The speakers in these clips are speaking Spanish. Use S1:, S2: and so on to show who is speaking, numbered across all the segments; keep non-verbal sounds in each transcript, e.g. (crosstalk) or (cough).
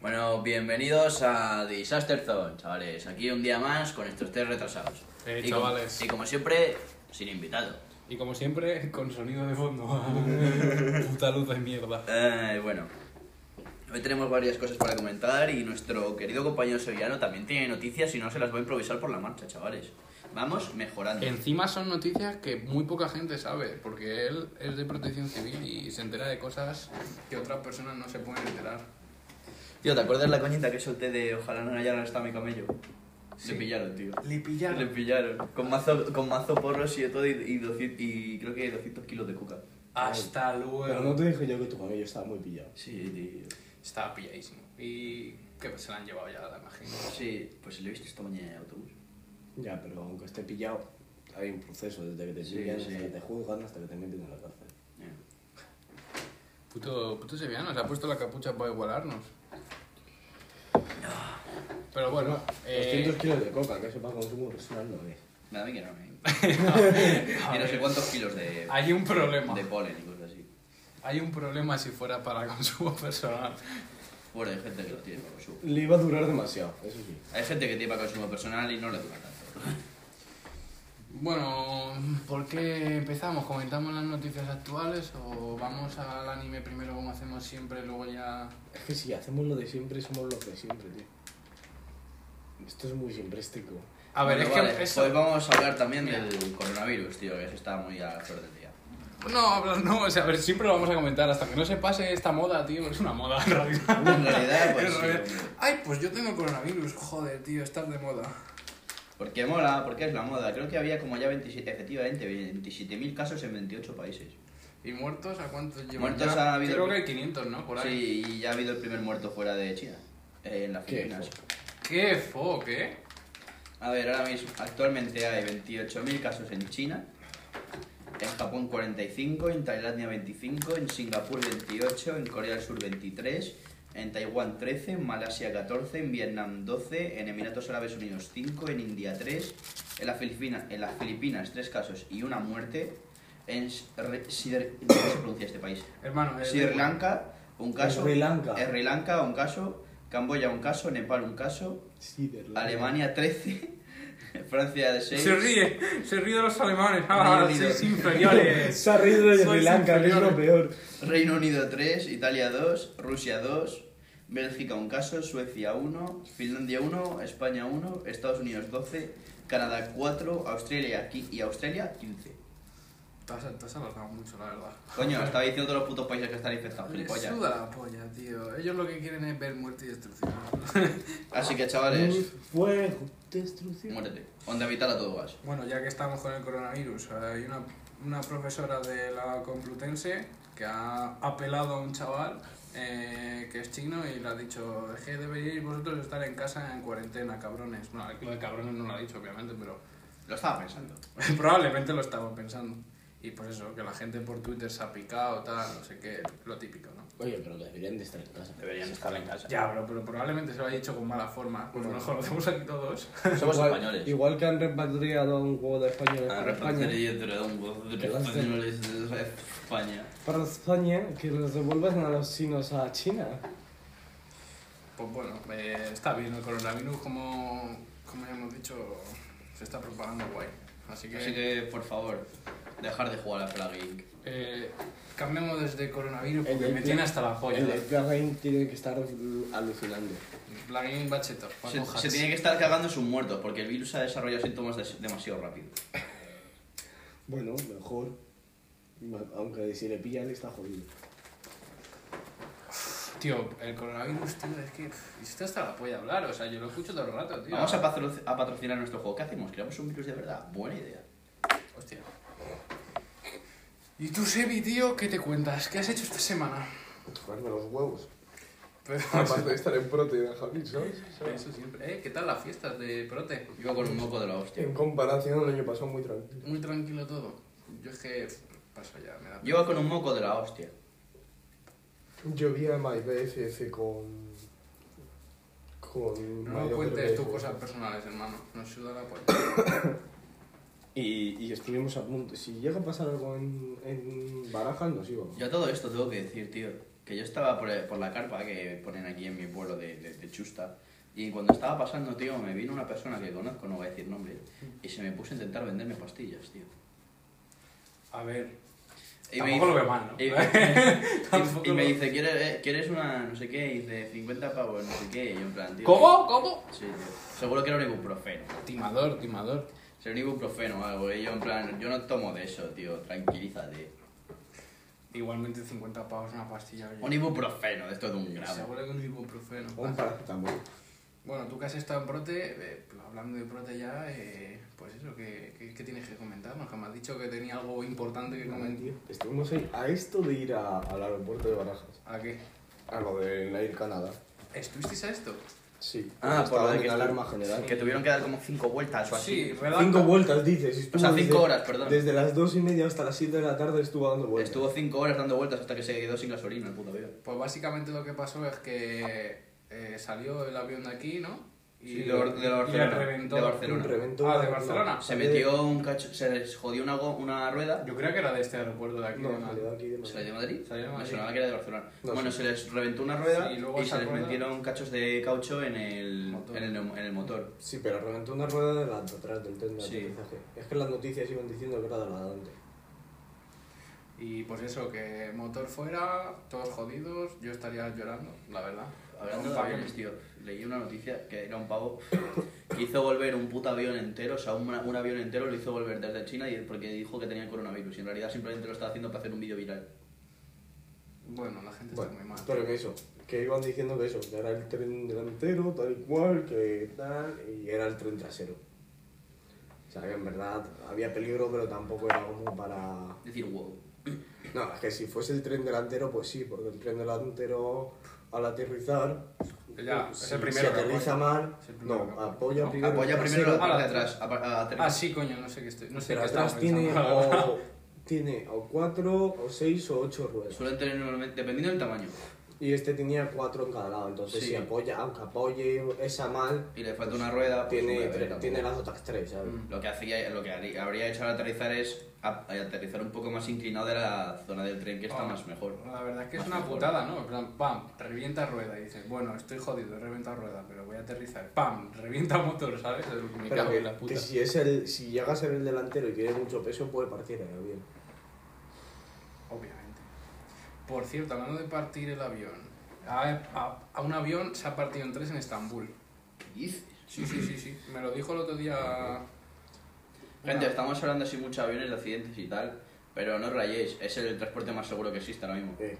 S1: Bueno, bienvenidos a Disaster Zone, chavales. Aquí un día más con estos tres retrasados.
S2: Eh,
S1: como-
S2: chavales.
S1: y como siempre, sin invitado.
S2: Y como siempre, (laughs) con sonido de fondo. Puta luz de mierda.
S1: Eh, bueno, hoy tenemos varias cosas para comentar y nuestro querido compañero sevillano también tiene noticias y no se las va a improvisar por la marcha, chavales. Vamos mejorando.
S2: Encima son noticias que muy poca gente sabe, porque él es de protección civil y se entera de cosas que otras personas no se pueden enterar.
S1: Tío, ¿te acuerdas la coñita que solté de ojalá no haya arrastrado a mi camello?
S2: Sí.
S1: Le pillaron, tío.
S2: Le
S1: Le pillaron. Con mazo, con mazo porros y de todo y, y, 200 y creo que 200 kilos de cuca.
S2: Hasta
S3: Pero
S2: luego.
S3: no te dije yo que tu familia estaba muy pillado.
S1: Sí, tío.
S2: Estaba pilladísimo. Y que se la han llevado ya, la imagino.
S1: Sí, pues lo he visto esta mañana en el autobús.
S3: Ya, pero aunque esté pillado, hay un proceso desde que te
S1: Sí,
S3: pillan,
S1: sí.
S3: hasta que te juzgan, hasta que te meten en la cárcel.
S2: Puto, puto sevillano, se ha puesto la capucha para igualarnos. Pero bueno, eh,
S3: 200 kilos de coca, que eso para consumo personal no es.
S1: Nada, me quiero
S2: (laughs)
S1: no, Y no sé
S2: ver.
S1: cuántos kilos de,
S2: hay un problema.
S1: de polen y cosas así.
S2: Hay un problema si fuera para (laughs) consumo personal.
S1: Bueno, hay gente que lo tiene para consumo.
S3: Le iba a durar demasiado, eso sí.
S1: Hay gente que tiene para consumo personal y no le dura tanto.
S2: Bueno, ¿por qué empezamos? ¿Comentamos las noticias actuales o vamos al anime primero como hacemos siempre, luego ya...
S3: Es que si hacemos lo de siempre, somos los de siempre, tío. Esto es muy simpléstico.
S2: A ver,
S1: Bueno,
S2: es
S1: vale,
S2: que... eso-
S1: Pues vamos a hablar también
S2: Mira.
S1: del coronavirus, tío, que eso está muy a la flor del día. (laughs)
S2: pues, No, habla- no, o sea, a ver, siempre lo vamos a comentar hasta que no se pase esta moda, tío. Es una moda, en realidad.
S1: En realidad,
S2: (laughs)
S1: pues
S2: En
S1: sí,
S2: realidad.
S1: hombre.
S2: Ay, pues yo tengo coronavirus, joder, tío, estás de moda.
S1: Porque mola, porque es la moda. Creo que había como ya 27, efectivamente, 27.000 casos en 28 países.
S2: ¿Y muertos a cuántos llevan?
S1: Muertos
S2: ya?
S1: ha habido-
S2: Creo que hay 500, ¿no? Por ahí.
S1: Sí, y ya ha habido el primer muerto fuera de China, eh, en las
S3: ¿Qué?
S1: Filipinas.
S2: ¡Qué eh! fo, qué!
S1: A ver, ahora mismo, actualmente hay 28.000 casos en China, en Japón 45, en Tailandia 25, en Singapur 28, en Corea del Sur 23, en Taiwán 13, en Malasia 14, en Vietnam 12, en Emiratos Árabes Unidos 5, en India 3, en, la Filipina- en las Filipinas 3 casos y una muerte, en S- Re- Sri- ¿cómo se pronuncia este país?
S2: Hermano, eh,
S1: Sri Lanka un caso,
S3: Sri Lanka.
S1: en Sri Lanka un caso, Camboya un caso, Nepal un caso,
S3: Sí, de verdad.
S1: Alemania 13, (laughs) Francia 6.
S2: Se ríe, se ríe de los alemanes.
S1: Reino
S2: Ah,
S1: Unido. (laughs)
S2: sois inferiores. (laughs)
S3: Se ha reído de
S2: Sois
S3: Sri Lanka, que es lo
S2: inferiores.
S3: peor.
S1: Reino Unido 3, Italia 2, Rusia 2, Bélgica un caso, Suecia 1, Finlandia 1, España 1, Estados Unidos 12, Canadá 4, Australia qui- y Australia 15.
S2: Te has, te has alargado mucho, la verdad.
S1: Coño, estaba diciendo todos los putos países que están infectados,
S2: Les
S1: gilipollas.
S2: suda la polla, tío. Ellos lo que quieren es ver muerte y destrucción.
S1: Así que chavales,
S3: Luz, Fuego, destrucción.
S1: muérete. Onda vital a todo gas.
S2: bueno, ya que estamos con el coronavirus, hay una, una profesora de la Complutense que ha apelado a un chaval eh, que es chino y le ha dicho: "Es que deberíais vosotros estar en casa en cuarentena, cabrones. Bueno, lo de cabrones no lo ha dicho, obviamente, pero (laughs)
S1: Lo estaba pensando.
S2: Probablemente lo estaba pensando. Y pues eso, que la gente por Twitter se ha picado, tal, no sé qué, lo típico, ¿no?
S3: Oye, pero que deberían de estar en casa.
S1: Deberían estar en casa.
S2: Ya, pero, pero probablemente se lo haya dicho con mala forma. Pues nos conocemos aquí todos.
S1: Somos
S3: Igual-
S1: españoles.
S3: Igual que han repatriado a un juego de España
S1: Ah,
S3: para España.
S1: responsabilidad de Redongo, de
S3: ¿Qué vas a hacer?
S1: españoles de España.
S3: Para España, que los devuelvan a los chinos a China.
S2: Pues bueno, eh, está bien, el coronavirus, como, como ya hemos dicho, se está propagando guay. Así que,
S1: Así que, por favor, dejar de jugar a Plague Inc.
S2: eh, cambiemos desde coronavirus
S3: El
S2: porque
S3: del
S2: me
S3: pi-
S2: tiene hasta la ¿eh? polla.
S3: El Plagain tiene que estar alucinando.
S2: Plugin bacheto, pues
S1: Se, se tiene que estar cagando sus muertos porque el virus ha desarrollado síntomas des- demasiado rápido.
S3: Bueno, mejor. Aunque si le pillan está jodido.
S2: Tío, el coronavirus, tío, es que pff, está hasta la polla hablar, o sea, yo lo escucho todo el rato, tío.
S1: Vamos a, patro- a patrocinar nuestro juego. ¿Qué hacemos? ¿Creamos un virus de verdad? Buena idea.
S2: Hostia. ¿Y tú, Sebi, tío, qué te cuentas? ¿Qué has hecho esta semana?
S3: Tocarme los huevos. (laughs)
S2: Pero-
S3: de estar en prote de Javi, ¿sabes?
S2: Eso siempre. Eh, ¿qué tal las fiestas de Prote?
S1: Iba con un moco de la hostia.
S3: comparación el año pasado muy tranquilo.
S2: Muy tranquilo todo. Yo es que pff, paso ya, me da
S1: Yo iba con un moco de la hostia.
S4: Yo vi a MyBFF con. con.
S2: No me
S4: Mario
S2: cuentes
S4: Gervais.
S2: tus cosas personales, hermano. Nos suda la polla.
S3: Y, y estuvimos a punto. Si llega a pasar algo en, en Barajas, nos íbamos.
S1: Yo a todo esto tengo que decir, tío, que yo estaba por, por la carpa que ponen aquí en mi pueblo de, de- de Chusta. Y cuando estaba pasando, tío, me vino una persona que conozco, no voy a decir nombre, y se me puso a intentar venderme pastillas, tío.
S2: A ver,
S1: Y me
S2: tampoco lo
S1: dice-
S2: veo mal, (laughs) ¿no?
S1: y me-
S2: Tampoco
S1: y, y me
S2: lo-
S1: dice, ¿quieres, eh, ¿quieres una no sé qué? Y dice, 50 pavos, no sé qué. Y yo en plan, tío.
S2: ¿Cómo? ¿Cómo?
S1: Sí, tío. Seguro que era un ibuprofeno.
S2: Timador, timador.
S1: Será un ibuprofeno o algo. Y yo en plan, yo no tomo de eso, tío. Tranquilízate.
S2: Igualmente 50 pavos una pastilla. oye.
S1: Un ibuprofeno, de esto de un
S2: Se
S1: gramo.
S2: vuelve con ibuprofeno.
S4: O un paracetamol.
S2: Bueno, tú que has estado en Prote, eh, hablando de Prote ya, eh, pues eso, ¿qué, qué, qué tienes que comentarnos? Que me has dicho que tenía algo importante que
S4: No,
S2: comentar.
S4: tío. Estuvimos ahí a esto de ir a- al aeropuerto de Barajas.
S2: ¿A qué?
S4: A lo de la Air Canadá.
S2: ¿Estuvisteis a esto?
S4: Sí.
S1: Ah, por lo de
S4: en
S1: que-
S4: alarma general.
S1: Que tuvieron que dar como 5 vueltas o así.
S2: Sí, redacta.
S4: Cinco vueltas, dices. y estuvo
S1: O sea, cinco
S4: desde-
S1: horas, perdón.
S4: Desde las dos y media hasta las siete de la tarde estuvo dando vueltas.
S1: Estuvo 5 horas dando vueltas hasta que se quedó sin gasolina el puto avión.
S2: Pues básicamente lo que pasó es que eh, salió el avión de aquí, ¿no?
S1: Sí, de Bar- de Barcelona.
S2: y le reventó.
S1: De Barcelona.
S4: Un reventón.
S2: Ah, de Barcelona.
S1: Se metió un cacho, se les jodió una, go- una rueda.
S2: Yo creo que era de este aeropuerto de aquí.
S4: No,
S2: ¿no?
S4: salió de aquí de
S1: ¿Se la
S4: Madrid.
S1: de Pues Madrid?
S2: Salió de
S1: Me
S2: Madrid.
S1: sonaba que era de Barcelona.
S4: No,
S1: bueno,
S4: sí.
S1: se les reventó una rueda
S2: Sí, y
S1: y,
S2: luego
S1: se
S2: esa
S1: les
S2: rueda-
S1: metieron cachos de caucho en el,
S2: Motor.
S1: en el, neumo- en el motor.
S4: Sí, pero reventó una rueda de delante, atrás del tren de
S1: Sí.
S4: aterrizaje. Es que las noticias iban diciendo que era de la delante.
S2: Y pues eso, que motor fuera, todos jodidos, yo estaría llorando, la verdad.
S1: Hablando
S2: Un
S1: de
S2: pavón.
S1: aviones, tío, leí una noticia que era un pavo que hizo volver un puto avión entero, o sea, un, un avión entero lo hizo volver desde China y porque dijo que tenía coronavirus y en realidad simplemente lo estaba haciendo para hacer un vídeo viral.
S2: Bueno, la gente
S4: Bueno,
S2: está muy mal.
S4: pero que eso, que iban diciendo que eso, que era el tren delantero, tal y cual, que tal, y era el tren trasero. O sea, que en verdad había peligro, pero tampoco era como para...
S1: Es decir, wow.
S4: No, es que si fuese el tren delantero, pues sí, porque el tren delantero al aterrizar,
S2: Ya, es
S4: si,
S2: el
S4: si
S2: primero que
S4: aterriza
S2: apoya.
S4: mal,
S2: Es el primero que
S4: no,
S2: apoya.
S4: apoya
S2: No,
S4: primero.
S1: Apoya
S4: el
S1: Ah, pues primero la
S4: trasero,
S1: parte de atrás. a- a- atrás.
S2: Ah, sí, coño, no sé qué estoy. No sé
S4: pero
S2: qué estaba
S4: atrás tiene
S2: pensando, la verdad.
S4: o, tiene o cuatro, o seis, o ocho ruedas.
S1: Suelen tener normalmente, dependiendo del tamaño.
S4: Y este tenía cuatro en cada lado, entonces
S1: Sí.
S4: si apoya, aunque apoye esa
S2: Pues
S4: mal,
S1: Y le falta una rueda. pues,
S4: tiene,
S1: sube,
S4: tre-
S1: tampoco.
S4: tiene las otras tres, ¿sabes?
S2: Mm.
S1: Lo que hacía, lo que haría- habría hecho al aterrizar es a- a aterrizar un poco más inclinado de la zona del tren que está
S2: Ah.
S1: más mejor.
S2: (laughs) La verdad es que es
S1: Más
S2: una
S1: mejor.
S2: putada, ¿no? En plan, pam, revienta rueda. Y dices, bueno, estoy jodido, he reventado rueda, pero voy a aterrizar. Pam, revienta motor, ¿sabes? Me
S4: Pero
S2: cago
S4: que,
S2: en la puta.
S4: que si, es el, si llega a ser el delantero y tiene mucho peso, puede partir ¿eh? el avión.
S2: Obviamente. Por cierto, hablando de partir el avión. A, a- a un avión se ha partido en tres en Estambul.
S1: ¿Qué dices?
S2: Sí, sí, sí, sí. Me lo dijo el otro día.
S1: Gente,
S2: Una-
S1: estamos hablando así mucho de aviones, de accidentes y tal, pero no os rayéis, es el transporte más seguro que existe ahora mismo.
S4: Eh,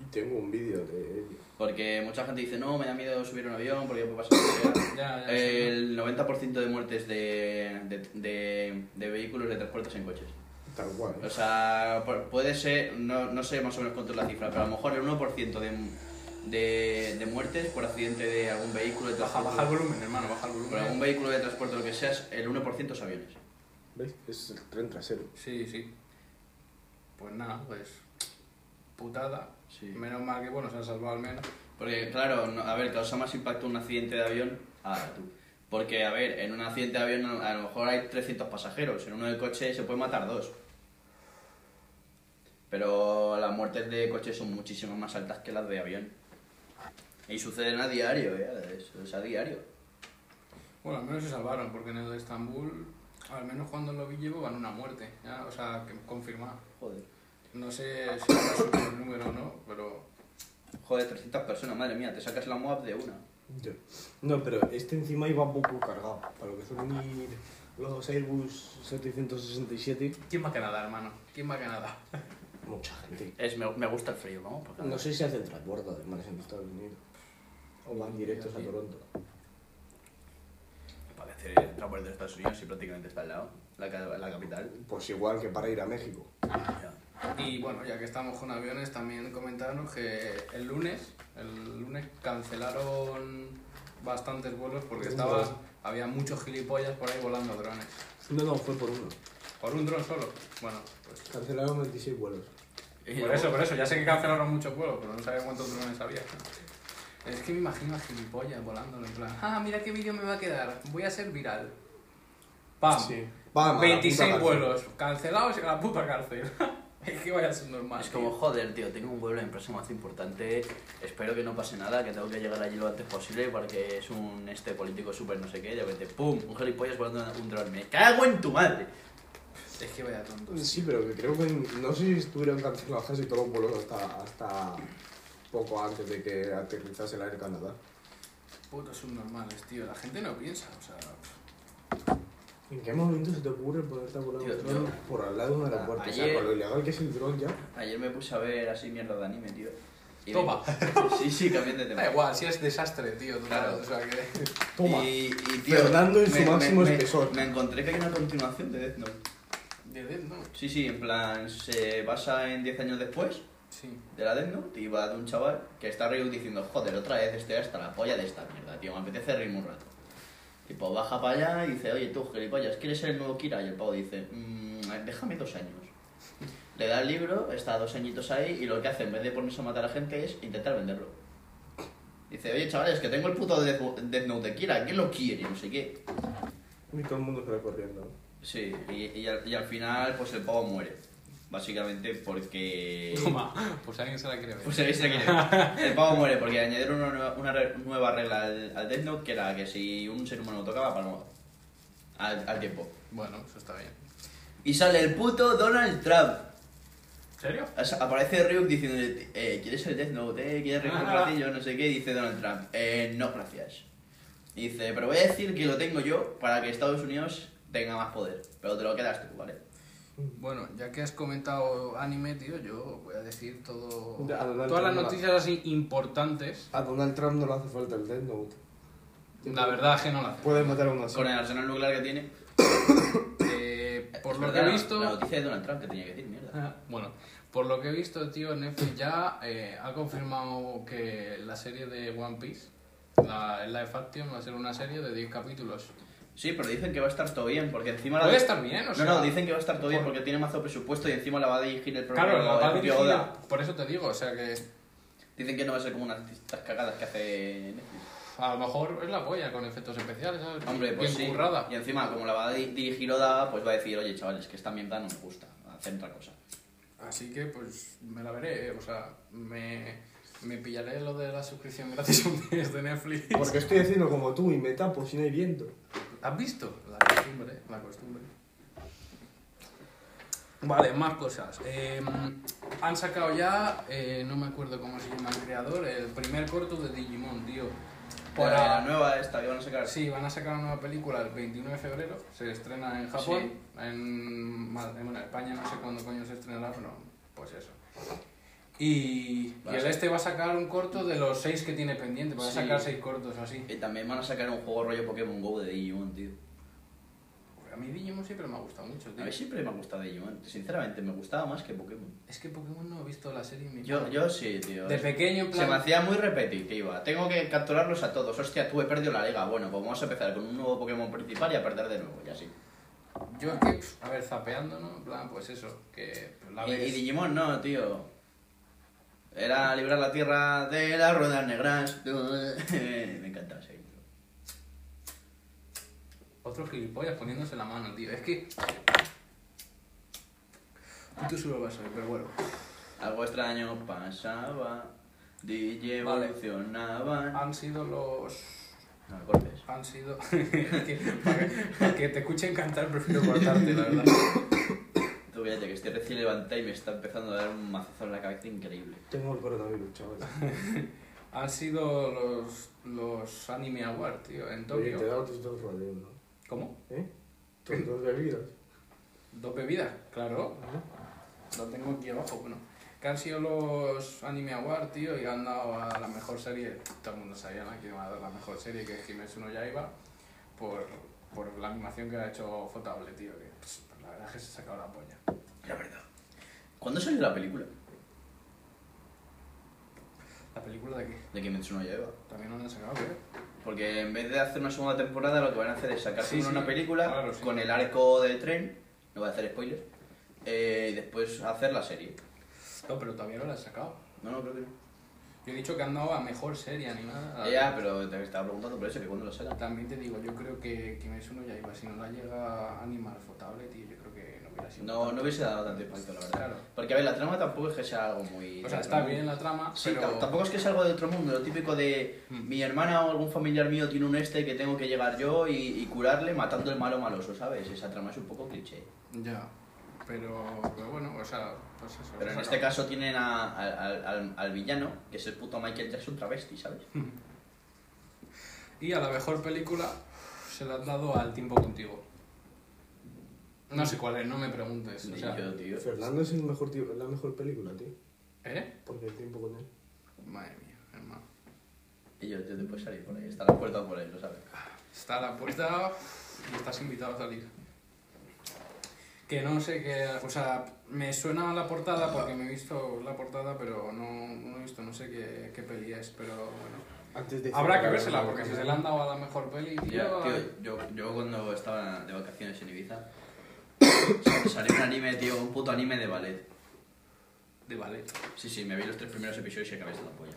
S4: y tengo un vídeo de ello.
S1: Porque mucha gente dice, no, me da miedo subir a un avión porque puede pasar lo
S2: (coughs)
S1: que sea".
S2: Ya, ya, Ah, sí.
S1: El 90% de muertes de, de, de- de vehículos de transportes en coches.
S4: Tal cual.
S1: O
S4: ¿eh?
S1: sea, pu- puede ser, no, no sé más o menos cuánto es la cifra, pero a lo mejor el 1% de, de, de muertes por accidente de algún vehículo de
S2: Baja,
S1: transporte.
S2: baja el volumen, hermano, baja el
S1: Por algún
S2: volumen.
S1: vehículo de transporte, lo que sea, es el 1% es aviones.
S4: ¿Ves? Es el tren trasero.
S2: Sí, sí. Pues nada, pues. Putada.
S1: Sí.
S2: Menos mal que, bueno, se han salvado al menos.
S1: Porque, claro, no- a ver, causa más impacto un accidente de avión. Ah, tú. Porque, a ver, en un accidente de avión a lo mejor hay 300 pasajeros, en uno de coche se puede matar dos. Pero las muertes de coche son muchísimo más altas que las de avión. Y suceden a diario, ¿eh? Eso es a diario.
S2: Bueno, al menos se salvaron, porque en el de Estambul, al menos cuando lo vi, llevaban una muerte. ¿ya? O sea, que confirmar.
S1: Joder.
S2: No sé si habrá subido el (coughs) número o no, pero.
S1: Joder, 300 personas, madre mía, te sacas la MOAB de una.
S4: No, pero este encima iba un poco cargado. Para lo que son ir los Airbus 767,
S2: ¿Quién va a Canadá, hermano? ¿Quién va a Canadá?
S4: mucha gente.
S1: Es, me, me gusta el frío, vamos. por favor.
S4: No sé si hacen transbordo además en Estados Unidos. O van directos a Toronto.
S1: Para hacer el transporte de Estados Unidos y prácticamente está al lado, la, ca- la capital.
S4: Pues igual que para ir a México.
S1: Ya.
S2: Y bueno, ya que estamos con aviones, también comentaron que el lunes, el lunes cancelaron bastantes vuelos porque estaba, había muchos gilipollas por ahí volando drones.
S4: No, no, fue por uno.
S2: Por un dron solo. Bueno, pues.
S4: Cancelaron 26 vuelos.
S1: Y
S2: Por
S1: luego-
S2: eso, por eso, ya sé que cancelaron muchos vuelos, pero no sabía cuántos drones había. Es que me imagino a gilipollas volándolo en plan. Ah, mira qué vídeo me va a quedar, voy a ser viral. Pam,
S1: Ah.
S4: Vamos, a la puta
S2: 26
S4: cárcel.
S2: vuelos, cancelados en la puta cárcel. (laughs) Es que vaya subnormal.
S1: Es como, joder, tío, tengo un vuelo de empresa más importante, espero que no pase nada, que tengo que llegar allí lo antes posible porque es un este político súper no sé qué, y de repente, ¡pum! Un gilipollas volando un dron. ¡Me cago en tu madre!
S2: Es que vaya tonto.
S4: Sí, pero que creo que no sé si estuvieron cancelados casi todos los vuelos hasta, hasta poco antes de que aterrizase el Air Canadá.
S2: Putos subnormales, tío. La gente no piensa, o sea. pff.
S4: ¿En qué momento se te ocurre poderte volar
S1: Tío,
S4: un dron
S1: yo-
S4: por al lado de un aeropuerto? O
S1: ayer-
S4: sea, con lo ilegal que es el dron ya.
S1: Ayer me puse a ver así mierda de anime, tío. Y
S2: Toma.
S1: me- Sí, sí, cambiando
S2: (laughs)
S1: de tema.
S2: Da igual, si es desastre, tío, total.
S1: Claro.
S2: O sea que.
S4: Toma.
S1: Y, y, tío,
S4: Fernando en su máximo
S1: me,
S4: espesor.
S1: Me encontré que hay una continuación de Death Note.
S2: De Death Note.
S1: Sí, sí, en plan, se basa en 10 años después
S2: Sí.
S1: de la Death Note y va de un chaval que está Ryu diciendo, joder, otra vez estoy hasta la polla de esta mierda, tío, me apetece reírme un rato. Y pues baja para allá y dice, oye tú, gilipollas, ¿quieres ser el nuevo Kira? Y el pavo dice, "Mm, déjame dos años. Le da el libro, está dos añitos ahí y lo que hace en vez de ponerse a matar a gente es intentar venderlo. Dice, oye chavales, que tengo el puto Death Death Note de Kira, ¿quién lo quiere? No sé qué.
S4: Y todo el mundo sale corriendo.
S1: Sí, y, y al, y al final, pues el pavo muere. Básicamente porque.
S2: Toma, pues alguien se la quiere ver.
S1: Pues el Isra quiere- El pavo muere porque añadieron una nueva, una re- nueva regla al, al Death Note que era que si un ser humano lo tocaba, palmaba. Al, al tiempo.
S2: Bueno, eso está bien.
S1: Y sale el puto Donald Trump.
S2: ¿En serio?
S1: O sea, Aparece Ryuk diciendo: eh, ¿Quieres el Death Note? eh? ¿Quieres rifar un
S2: Ah.
S1: ratillo? No sé qué. Y dice Donald Trump: eh, No, gracias. Y dice: Pero voy a decir que lo tengo yo para que Estados Unidos tenga más poder. Pero te lo quedas tú, ¿vale?
S2: Bueno, ya que has comentado anime, tío, yo voy a decir todo.
S4: Ya, adelante,
S2: todas las
S4: adelante.
S2: noticias así importantes.
S4: A Donald Trump no le hace falta el Death Note.
S2: La verdad es que no la hace.
S4: Puede matar a una
S1: Con el
S4: sola.
S1: arsenal nuclear que tiene.
S2: Eh, por
S1: Es
S2: lo que
S1: verdad,
S2: he
S1: la-
S2: visto.
S1: La noticia de Donald Trump que tenía que decir, mierda.
S2: Ah, Bueno, por lo que he visto, tío, Netflix ya eh, ha confirmado que la serie de One Piece, la Live Action, va a ser una serie de 10 capítulos.
S1: Sí, pero dicen que va a estar todo bien, porque encima la.
S2: Puede estar bien, o sea.
S1: No, no, dicen que va a estar todo bien
S2: por-
S1: porque tiene mazo presupuesto y encima la va a dirigir el programa.
S2: Claro, la va a dirigir-
S1: Oda.
S2: Por eso te digo, o sea que
S1: Dicen que no va a ser como unas de estas cagadas que hace Netflix.
S2: a lo mejor es la polla con efectos especiales, ¿sabes?
S1: Hombre,
S2: bien
S1: pues sí.
S2: currada.
S1: Y encima, como la va a di- dirigir Oda, pues va a decir, oye, chavales, que esta mierda no me gusta, hacer otra cosa.
S2: Así que pues me la veré, eh, o sea, me, me pillaré lo de la suscripción gratis (laughs) un mes de Netflix.
S4: Porque estoy haciendo como tú y me tapo si no hay viento.
S2: ¿Has visto? La costumbre, la costumbre. Vale, más cosas. Eh, han sacado ya, eh, no me acuerdo cómo se llama el creador, el primer corto de Digimon, tío.
S1: Por
S2: Eh,
S1: la nueva esta que van a sacar.
S2: Sí, van a sacar una nueva película el 29 de febrero. Se estrena en Japón.
S1: Sí.
S2: En, Ma- en- bueno, España no sé cuándo coño se estrenará, pero pues eso. Y, y
S1: Va a
S2: el
S1: ser-
S2: este va a sacar un corto de los seis que tiene pendiente. Va a
S1: Sí.
S2: sacar seis cortos o así.
S1: Y también van a sacar un juego rollo Pokémon GO de Digimon, tío.
S2: A mí Digimon siempre me ha gustado mucho,
S1: A
S2: tío.
S1: mí siempre me ha gustado Digimon. Sinceramente, me gustaba más que Pokémon.
S2: Es que Pokémon no he visto la serie ni
S1: Yo, yo sí, tío.
S2: De
S1: Es-
S2: pequeño, en
S1: Se me
S2: plan.
S1: hacía muy repetitiva. Tengo que capturarlos a todos. Hostia, tú he perdido la liga. Bueno, pues vamos a empezar con un nuevo Pokémon principal y a perder de nuevo, y así.
S2: Yo es que, pf, a ver, zapeando, ¿no? En plan, pues eso, que la
S1: Y, y
S2: ves.
S1: Digimon no, tío. Era librar la tierra de las ruedas negras. (laughs) me encantaba ese intro.
S2: Otro gilipollas poniéndose la mano, tío. Es que. Tú sube vas a ver, pero bueno.
S1: Algo extraño pasaba. DJ
S2: Vale.
S1: evolucionaban.
S2: Han sido los.
S1: No me cortes.
S2: Han sido. (laughs) que, para, que, para que te escuchen cantar, prefiero cortarte, la verdad.
S1: Tú fíjate que estoy recién levantado y me está empezando a dar un mazazo en la cabeza increíble.
S4: Tengo el coronavirus, chaval.
S2: Han sido los. Los Anime Award, tío, en
S4: Oye, te he
S2: Tokio.
S4: dado tus dos rodeos, ¿no?
S2: ¿Cómo?
S4: ¿Eh? Tus dos bebidas.
S2: Dos bebidas, claro. Lo tengo aquí abajo, bueno. Que han sido los Anime Award, tío, y han dado a la mejor serie. Todo el mundo sabía, ¿no? Que iba a dar la mejor serie, que es Kimetsu no Yaiba, por, por la animación que ha hecho Fotable, tío. Que pues, la verdad es que se ha sacado la polla.
S1: La verdad. ¿Cuándo salió la película?
S2: ¿La película de qué?
S1: De Kimetsu no Yaiba.
S2: También no la han sacado, creo.
S1: Porque en vez de hacer una segunda temporada, lo que van a hacer es sacar
S2: Sí,
S1: primero
S2: sí,
S1: una película
S2: claro, sí.
S1: con el arco del tren, no voy a hacer spoilers, eh, y después hacer la serie.
S2: No, pero todavía no la han sacado.
S1: No, no, creo que no.
S2: Yo he dicho que han dado a mejor serie animada.
S1: Ya, pero te estaba preguntando por eso, que cuando lo sacan.
S2: También te digo, yo creo que Kimetsu no Yaiba, si no la llega a animar Fotable, tío, yo creo que no
S4: hubiera sido
S1: No, no hubiese dado tanto impacto, la verdad.
S2: Claro.
S1: Porque, a ver, la trama tampoco es que sea algo muy...
S2: O
S1: del
S2: sea,
S1: otro
S2: está
S1: mundo.
S2: bien la trama,
S1: Sí,
S2: pero... Hmm.
S1: tam- tampoco es que es algo de otro mundo, lo típico de mi hermana o algún familiar mío tiene un este que tengo que llegar yo y, y curarle matando el malo maloso, ¿sabes? Esa trama es un poco cliché.
S2: Ya, pero, pero bueno, o sea, pues eso.
S1: Pero en
S2: saca-
S1: este caso tienen a- al- al, al- al villano, que es el puto Michael Jackson travesti, ¿sabes?
S2: Y a la mejor película se la han dado al tiempo contigo. No sé cuál es, no me preguntes. O
S1: Y
S2: sea,
S1: yo, tío,
S4: tan- Fernando es el mejor tío, la mejor película, tío.
S2: ¿Eh?
S4: Porque el tiempo con él.
S2: Madre mía, hermano.
S1: y yo, tío, te puedes salir por ahí, está la puerta por ahí, lo sabes.
S2: Está la puerta y estás invitado a salir. Que no sé qué. O sea, me suena la portada porque me he visto la portada, pero no, no he visto, no sé qué, qué peli es, pero bueno.
S4: Antes de
S2: Habrá que vérsela porque si se la han dado a la mejor peli, tío.
S1: Ya, tío, yo, yo cuando estaba de vacaciones en Ibiza, (coughs) sa- salió un anime, tío, un puto anime de ballet.
S2: De ballet.
S1: Sí, sí, me vi los tres primeros episodios y acabé de la polla.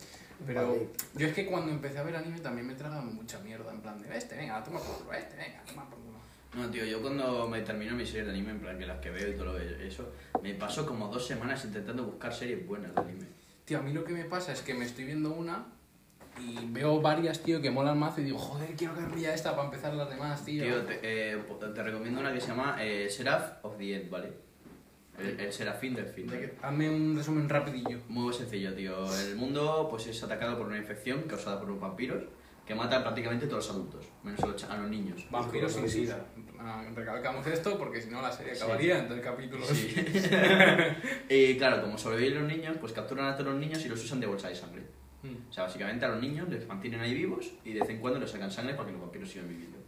S2: Pero
S4: Vale.
S2: yo es que cuando empecé a ver anime también me tragaban mucha mierda, en plan de este, venga, toma por culo, este, venga, toma por culo.
S1: No, tío, yo cuando me termino mi serie de anime, en plan que las que veo y todo lo- eso, me paso como dos semanas intentando buscar series buenas de anime.
S2: Tío, a mí lo que me pasa es que me estoy viendo una y veo varias, tío, que molan mazo y digo, joder, quiero que pilla esta para empezar las demás, tío.
S1: Tío, te, eh, te recomiendo una que se llama eh, Seraph of the End, ¿vale? El, el serafín del fin.
S2: De que- Hazme un resumen rapidillo.
S1: Muy sencillo, tío. El mundo pues es atacado por una infección causada por unos vampiros que mata a prácticamente a todos los adultos, menos a los, cha- a los niños.
S2: Vampiros sin
S4: Vampiros.
S2: sida. Ah, Recalcamos esto porque si no la serie acabaría en tres capítulos.
S1: Sí.
S2: (laughs)
S1: y claro, como sobreviven los niños, pues capturan a todos los niños y los usan de bolsa de sangre.
S2: Mm.
S1: O sea, básicamente a los niños les mantienen ahí vivos y de vez en cuando les sacan sangre para que los vampiros sigan viviendo.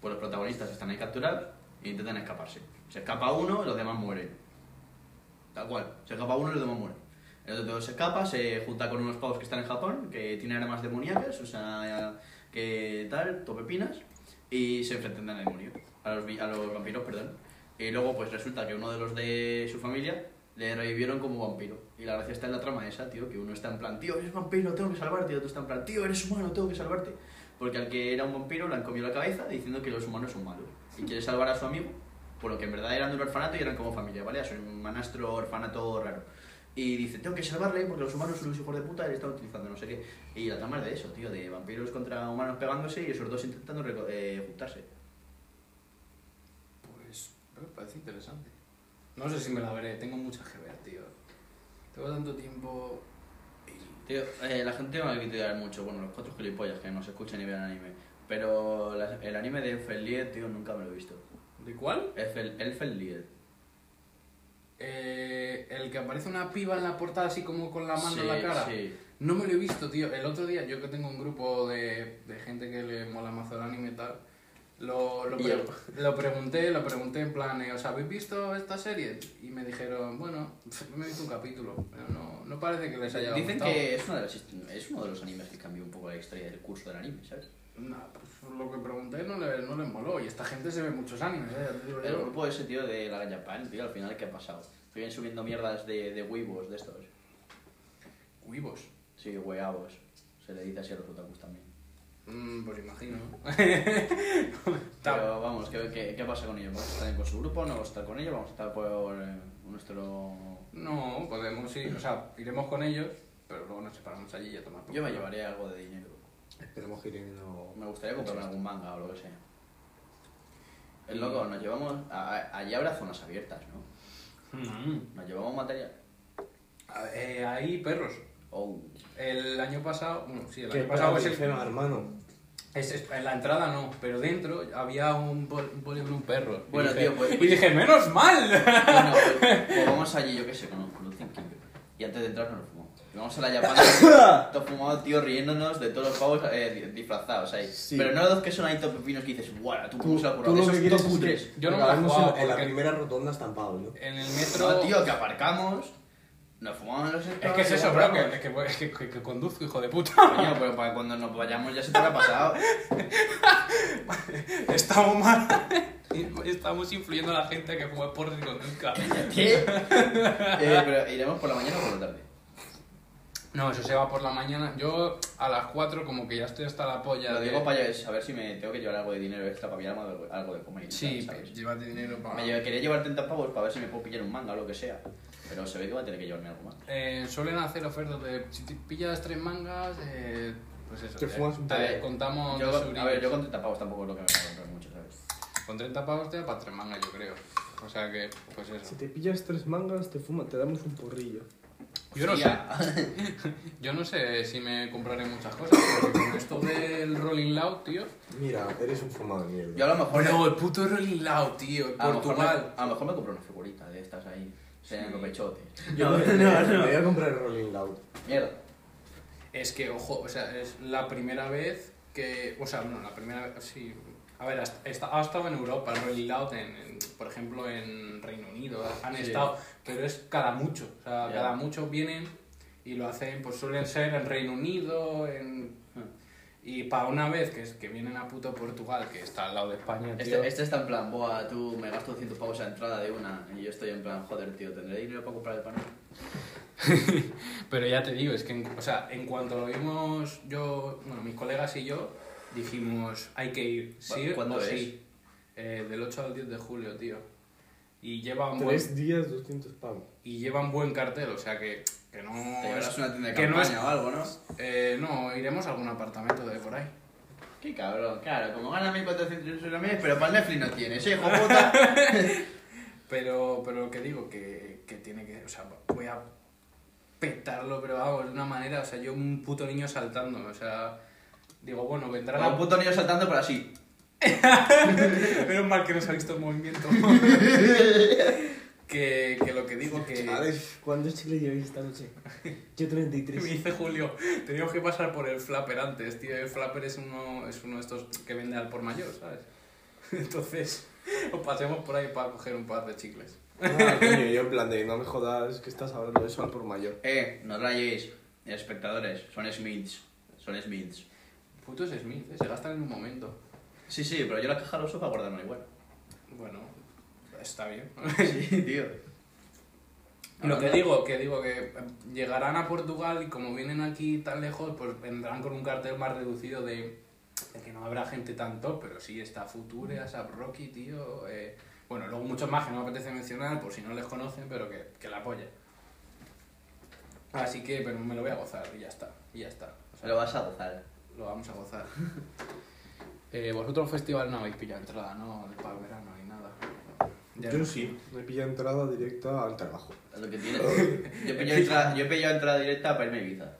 S1: Pues los protagonistas están ahí capturados e intentan escaparse. Se escapa uno y los demás mueren. Tal cual, se escapa uno y los demás mueren. El otro se escapa, se junta con unos pavos que están en Japón, que tienen armas demoníacas, o sea, que tal, topepinas, y se enfrentan al demonio, a los, vi- a los vampiros, perdón. Y luego pues resulta que uno de los de su familia le revivieron como vampiro. Y la gracia está en la trama esa, tío, que uno está en plan, tío, eres vampiro, tengo que salvarte. Y otro está en plan, tío, eres humano, tengo que salvarte. Porque al que era un vampiro le han comido la cabeza diciendo que los humanos son malos. Y quiere salvar a su amigo, por lo que en verdad eran de un orfanato y eran como familia, ¿vale? Son un manastro orfanato raro. Y dice, tengo que salvarle porque los humanos son unos hijos de puta y le están utilizando, no sé qué. Y la trama es de eso, tío, de vampiros contra humanos pegándose y esos dos intentando reco- eh, juntarse.
S2: Pues me parece interesante. No sé si me la veré, tengo muchas que ver, tío. Tengo tanto tiempo.
S1: Tío, eh, la gente va a criticar mucho, bueno, los cuatro gilipollas que no se escuchan ni vean anime. Pero la- el anime de Elfenlied, tío, nunca me lo he visto.
S2: ¿De cuál?
S1: Elfen- Elfenlied.
S2: Eh, el que aparece una piba en la portada así como con la mano en la
S1: Sí,
S2: cara.
S1: Sí.
S2: No me lo he visto, tío. El otro día, yo que tengo un grupo de, de gente que le mola mazo el anime y tal, lo, lo,
S1: Y
S2: pre-
S1: el-
S2: lo pregunté, lo pregunté en plan, eh, ¿os habéis visto esta serie? Y me dijeron, bueno, (laughs) me he visto un capítulo, pero no, no parece que les haya
S1: Dicen
S2: gustado.
S1: que es, una de las hist- es uno de los animes que cambió un poco la historia del curso del anime, ¿sabes?
S2: Nah, pues lo que pregunté no, le, no les moló. Y esta gente se ve muchos animes, eh, ya te digo
S1: El
S2: yo.
S1: grupo ese, tío, de la Japan, tío, al final, ¿qué ha pasado? Que vienen subiendo mierdas de, de huevos de estos.
S2: Huivos.
S1: Sí, hueavos. Se le dice así a los otakus también.
S2: Mm, pues (laughs) imagino.
S1: Pero vamos, ¿qué, qué, qué pasa con ellos? ¿Vamos a estar con su grupo? ¿No vamos a estar con ellos? ¿Vamos a estar por eh, nuestro
S2: No, podemos ir, o sea, iremos con ellos, pero luego nos separamos allí y a tomar por
S1: Yo me
S2: culo.
S1: llevaré algo de dinero.
S4: Esperemos que Irene no.
S1: Me gustaría comprarme algún manga o lo que sea. Es loco, nos llevamos. a- a- allí habrá zonas abiertas, ¿no?
S2: Mm.
S1: Nos llevamos material.
S2: A- eh, hay perros.
S1: Oh,
S2: El año pasado, bueno, sí, el
S4: ¿Qué
S2: año pasado es, el-
S4: escena, hermano?
S2: es- es- en la entrada no, pero dentro había un bol- un boli- un perro. Y
S1: Bueno,
S2: dije-
S1: tío, pues-
S2: Y dije, menos mal. (laughs)
S1: Bueno, pues, pues vamos allí, yo qué sé, con un con un thinking. Y antes de entrar nos lo fumamos. Y vamos a la
S4: (coughs)
S1: Japan. Todo fumado, tío, riéndonos de todos los pavos eh, disfrazados ahí.
S4: Sí.
S1: Pero no los que son ahí top pepinos que dices, guau, tú cómo se la
S4: Tú
S1: curado.
S4: lo
S1: Esos
S4: que quieres
S1: top
S4: es
S1: cutres.
S4: que
S2: Yo no me la he
S4: acabamos en-
S2: jugado
S4: en la
S2: porque-
S4: primera rotonda estampado, ¿no?
S2: En el metro.
S1: No, tío, que aparcamos. Nos fumamos los
S2: Es que es eso, bro, que, es que, es que- que- que conduzco, hijo de puta. (laughs)
S1: Coño, pero para cuando nos vayamos ya se te habrá pasado.
S2: Estamos mal. (laughs) Estamos influyendo a la gente a que juegue por y conduzca. (laughs)
S1: ¿Qué? Eh, pero iremos por la mañana o por la tarde.
S2: No, eso se va por la mañana. Yo a las 4 como que ya estoy hasta la polla.
S1: Lo
S2: de-
S1: digo para saber si me tengo que llevar algo de dinero extra para pillar algo, algo de comer. y
S2: Sí,
S1: tal, ¿sabes?
S2: llévate dinero para...
S1: Me lle- quería llevar 30 pavos para ver si me puedo pillar un manga o lo que sea. Pero se ve que va a tener que llevarme algo más.
S2: Eh, suelen hacer ofertas de si te pillas tres mangas, eh, pues eso.
S4: Te
S2: eh,
S4: fumas un
S2: a ver,
S1: paquete.
S2: contamos
S1: Yo-
S2: dos
S1: a ver,
S2: eurines.
S1: yo con 30 pavos tampoco es lo que me voy a comprar mucho, ¿sabes?
S2: Con 30 pavos te da para tres mangas, yo creo. O sea que, pues
S4: Si
S2: eso.
S4: te pillas tres mangas, te fuma, te damos un porrillo.
S2: Yo no sé,
S1: Hostia.
S2: yo no sé si me compraré muchas cosas, porque con esto del Rolling Loud, tío.
S4: Mira, eres un fumado de mierda.
S1: Yo a lo mejor. me-
S2: el puto Rolling Loud, tío, en
S1: a lo mejor me- a lo mejor me compro una figurita de estas ahí. Se llaman copechotes.
S4: Yo me, me voy a
S2: (laughs)
S4: comprar el Rolling Loud.
S1: Mierda.
S2: Es que, ojo, o sea, es la primera vez que. O sea, no, la primera vez. Sí. A ver, hasta- está- ha estado en Europa, el Rolling Loud, en, en- por ejemplo, en Reino Unido. Han
S1: Sí.
S2: estado. Pero es cada mucho. O sea,
S1: Ya.
S2: cada mucho vienen y lo hacen, pues suelen ser en Reino Unido, en.
S1: Ah.
S2: Y para una vez que, es, que vienen a puto Portugal, que está al lado de España, tío.
S1: Este, este está en plan, boa, tú me gasto 200 pavos a entrada de una. Y yo estoy en plan, joder, tío, ¿tendré dinero para comprar el pan?
S2: Pero ya te digo, es que, en, o sea, en cuanto lo vimos, yo, bueno, mis colegas y yo, dijimos, hay que ir, sí
S1: ¿Cu- cuándo
S2: o
S1: es?
S2: sí. Eh, del 8 al 10 de julio, tío. Y lleva un buen,
S4: Tres días, 200 pavos.
S2: y lleva un buen cartel, o sea que, que no...
S1: Te llevarás
S2: es-
S1: una tienda de
S2: que no
S1: campaña
S2: es-
S1: o algo, ¿no?
S2: eh, no, iremos a algún apartamento de por ahí.
S1: Qué cabrón, claro, como gana 1400 euros al mes, pero para el Netflix no tienes, ¿eh, hijo puta?
S2: Pero, pero lo que digo, que, que tiene que, o sea, voy a petarlo, pero vamos, de una manera, o sea, yo un puto niño saltando, o sea... Digo, bueno, vendrá
S1: Como
S2: la
S1: un puto niño saltando, pero así.
S2: Menos mal que no se ha visto el (laughs) movimiento. que, que lo que digo que...
S4: Chavales,
S3: ¿Cuántos chicles lleváis esta
S4: (laughs)
S3: noche? Yo
S2: (laughs) Me
S3: 33.
S2: dice Julio, teníamos que pasar por el flapper antes, tío. El flapper es uno, es uno de estos que vende al por mayor, ¿sabes? (laughs) Entonces, o pasemos por ahí para coger un par de chicles.
S4: Ah, coño, yo en plan de no me jodas que estás hablando de eso al por mayor.
S1: Eh, no rayéis, espectadores, son Smiths. Son Smiths.
S2: Putos Smith, ¿eh? se gastan en un momento.
S1: Sí, sí, pero yo la caja la uso para guardármela igual.
S2: Bueno, está bien.
S1: Sí, tío.
S2: Lo que digo, que digo que eh, llegarán a Portugal y como vienen aquí tan lejos, pues vendrán con un cartel más reducido de, de que no habrá gente tanto, pero sí está Future, ASAP Rocky, tío. eh, bueno, luego muchos más que no me apetece mencionar por si no les conocen, pero que, que la apoyen. Así que pero me lo voy a gozar y ya está, y ya está. O sea,
S1: Se lo vas a gozar.
S2: lo vamos a
S4: (laughs)
S2: gozar. Eh, vosotros festival no habéis pillado entrada, ¿no? Para el verano ni nada. Ya no.
S4: Yo sí, me pilla entrada directa al trabajo.
S1: Es lo que tienes. Yo he pillado entrada, yo he pillado entrada directa para irme a Ibiza.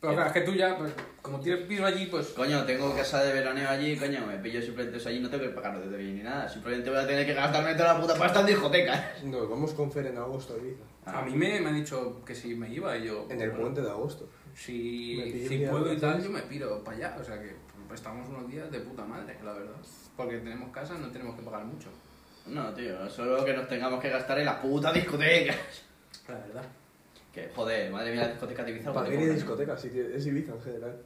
S2: Pero claro, es que tú ya, pues, como tienes piso allí, pues
S1: Coño, tengo casa de veraneo allí, coño, me pillo simplemente eso allí, no tengo que pagarlo desde bien ni nada. Simplemente voy a tener que gastarme toda la puta pasta en discoteca.
S4: Nos vamos con Fer en agosto a Ibiza.
S2: A mí me, me han dicho que si me iba y yo...
S4: En el
S2: bueno,
S4: puente de agosto. Me
S2: Si,
S4: pillé
S2: si
S4: un día
S2: puedo y
S4: antes.
S2: tal, yo me piro para allá. O sea que pues, estamos unos días de puta madre, la verdad. Porque tenemos casa, no tenemos que pagar mucho.
S1: No, tío, solo que nos tengamos que gastar en la puta discoteca.
S2: La verdad.
S1: Que joder, madre mía, la discoteca de Ibiza.
S4: ¿Para
S1: lo
S4: qué
S1: que
S4: ir a
S1: cobran.
S4: discoteca? Si es Ibiza en general.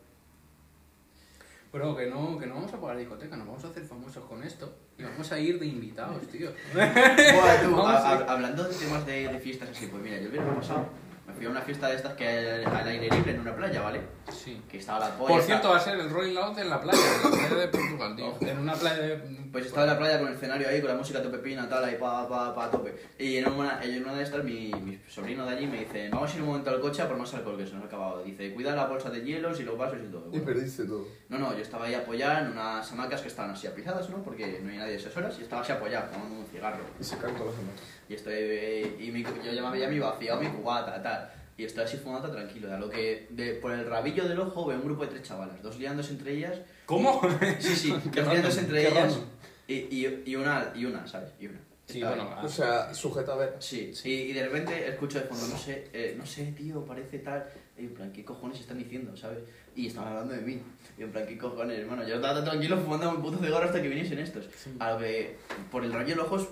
S2: Pero que no, que no vamos a pagar discoteca, nos vamos a hacer famosos con esto. Y vamos a ir de invitados, tío.
S1: Buah, tú,
S2: Vamos
S1: a-
S2: a-
S1: a- hablando de temas de, de fiestas así, pues mira, yo el viernes pasado me fui a una fiesta de estas que hay al aire libre en una playa, ¿vale?
S2: Sí.
S1: Que estaba la polla.
S2: Por
S1: estaba-
S2: cierto, va a ser el Rolling Loud en la playa, en la playa de Portugal, tío.
S1: Ojo.
S2: En una playa de...
S1: Pues estaba en la playa con el escenario ahí, con la música a tope pina, tal, ahí pa, pa, pa, a tope. Y en una, en una de estas, mi, mi sobrino de allí me dice, vamos a ir un momento al coche a por más alcohol, que se nos ha acabado. Dice, cuida la bolsa de hielos y los vasos y todo.
S4: Y
S1: Bueno,
S4: perdiste todo.
S1: no, no, yo estaba ahí apoyado en unas hamacas que estaban así apiladas, ¿no? Porque no hay nadie de esas horas y estaba así apoyado, tomando un cigarro.
S4: Y se canto las demás.
S1: Y estoy. eh, Y mi, yo ya me había mi vaciado mi cubata, tal. Y estoy así fumando tranquilo. A lo que de- por el rabillo del ojo veo un grupo de tres chavalas, dos liándose entre ellas.
S2: ¿Cómo?
S1: Sí, sí, (laughs)
S2: Qué
S1: dos liándose
S2: random,
S1: entre
S2: qué
S1: ellas.
S2: random.
S1: Y, y, y una, y una, ¿sabes? Y una.
S2: Sí,
S1: Estaba
S2: bueno,
S1: ahí.
S2: ah,
S4: O sea, sujeta a ver.
S1: Sí, Y, y de repente escucho de fondo, no sé, eh, no sé, tío, parece tal. Y en plan, ¿qué cojones están diciendo, sabes? Y estaban hablando de mí. Y en plan, ¿qué cojones, hermano? Yo estaba tan tranquilo fumando un puto cigarro hasta que viniesen estos. A lo que por el rayo de los ojos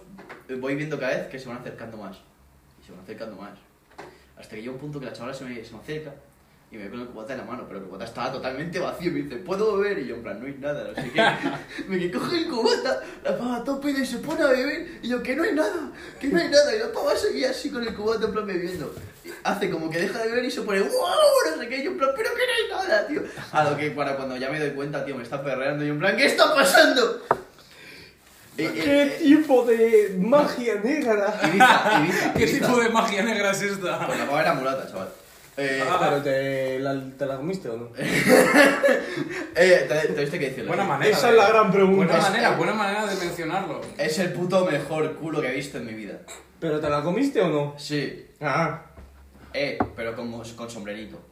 S1: eh, voy viendo cada vez que se van acercando más. Y se van acercando más. Hasta que llega un punto que la chavala se me, se me acerca Y me veo con el cubata en la mano, pero el cubata estaba totalmente vacío. Y me dice, ¿puedo beber? Y yo, en plan, no hay nada, no sé qué. (laughs) me dice, coge el cubata, la pava a tope y se pone a beber. Y yo, que no hay nada, que no hay nada. Y la pava seguía así con el cubata, en plan, bebiendo. Y hace como que deja de beber y se pone, wow, no sé qué. Y yo, en plan, pero que no hay nada, tío. A lo que para cuando ya me doy cuenta, tío, me está perreando. Y yo, en plan, ¿qué está pasando? Eh, Y- y-
S4: ¿Qué tipo de magia negra?
S1: Ibiza, Ibiza,
S2: ¿Qué
S1: Ibiza.
S2: tipo de magia negra es esta?
S1: Pues la pava era mulata, chaval. Eh,
S4: Ah, pero te la, te la comiste o no?
S1: eh, te- tuviste que decirlo.
S2: Buena
S1: ¿eh?
S2: manera.
S4: Esa
S2: de-
S4: es la gran pregunta.
S2: Buena manera, buena manera de mencionarlo.
S1: Es el puto mejor culo que he visto en mi vida.
S4: ¿Pero te la comiste o no?
S1: Sí,
S4: Ah,
S1: eh, pero con, con sombrerito.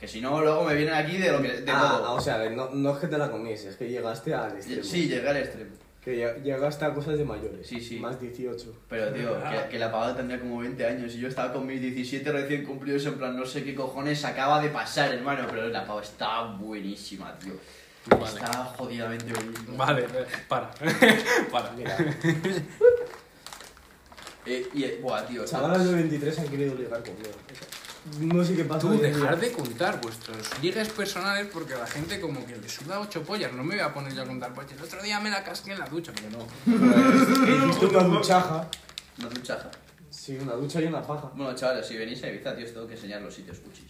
S1: Que si no, luego me vienen aquí de lo que. de
S4: Ah,
S1: todo.
S4: o sea, que no, no es que te la comiese, es que llegaste al extremo.
S1: sí, llegué al extremo.
S4: Que ya- llegaste a cosas de mayores.
S1: Sí, sí.
S4: Más 18.
S1: Pero tío,
S2: Ah.
S1: que, que la pavada tendría como 20 años y yo estaba con mis 17 recién cumplidos en plan, no sé qué cojones acaba de pasar, hermano. Pero la pava está buenísima, tío.
S2: Vale.
S1: Está jodidamente buenísima.
S2: Vale, para. (laughs) para.
S4: Mira,
S1: Eh, y, eh, buah, tío.
S4: chavalas de 23 han querido ligar conmigo. No sé qué pasa.
S2: Tú
S4: hoy en
S2: dejar
S4: día.
S2: de contar vuestros ligues personales porque a la gente como que le suda ocho pollas. No me voy a poner yo a contar pollas. El otro día me la casqué en la ducha, pero no. (laughs)
S4: Pues, Hiciste una duchaja.
S1: No duchaja.
S4: Sí, una ducha y una paja.
S1: Bueno, chavales, si venís a Ibiza, tío, os tengo que enseñar los sitios cuchis.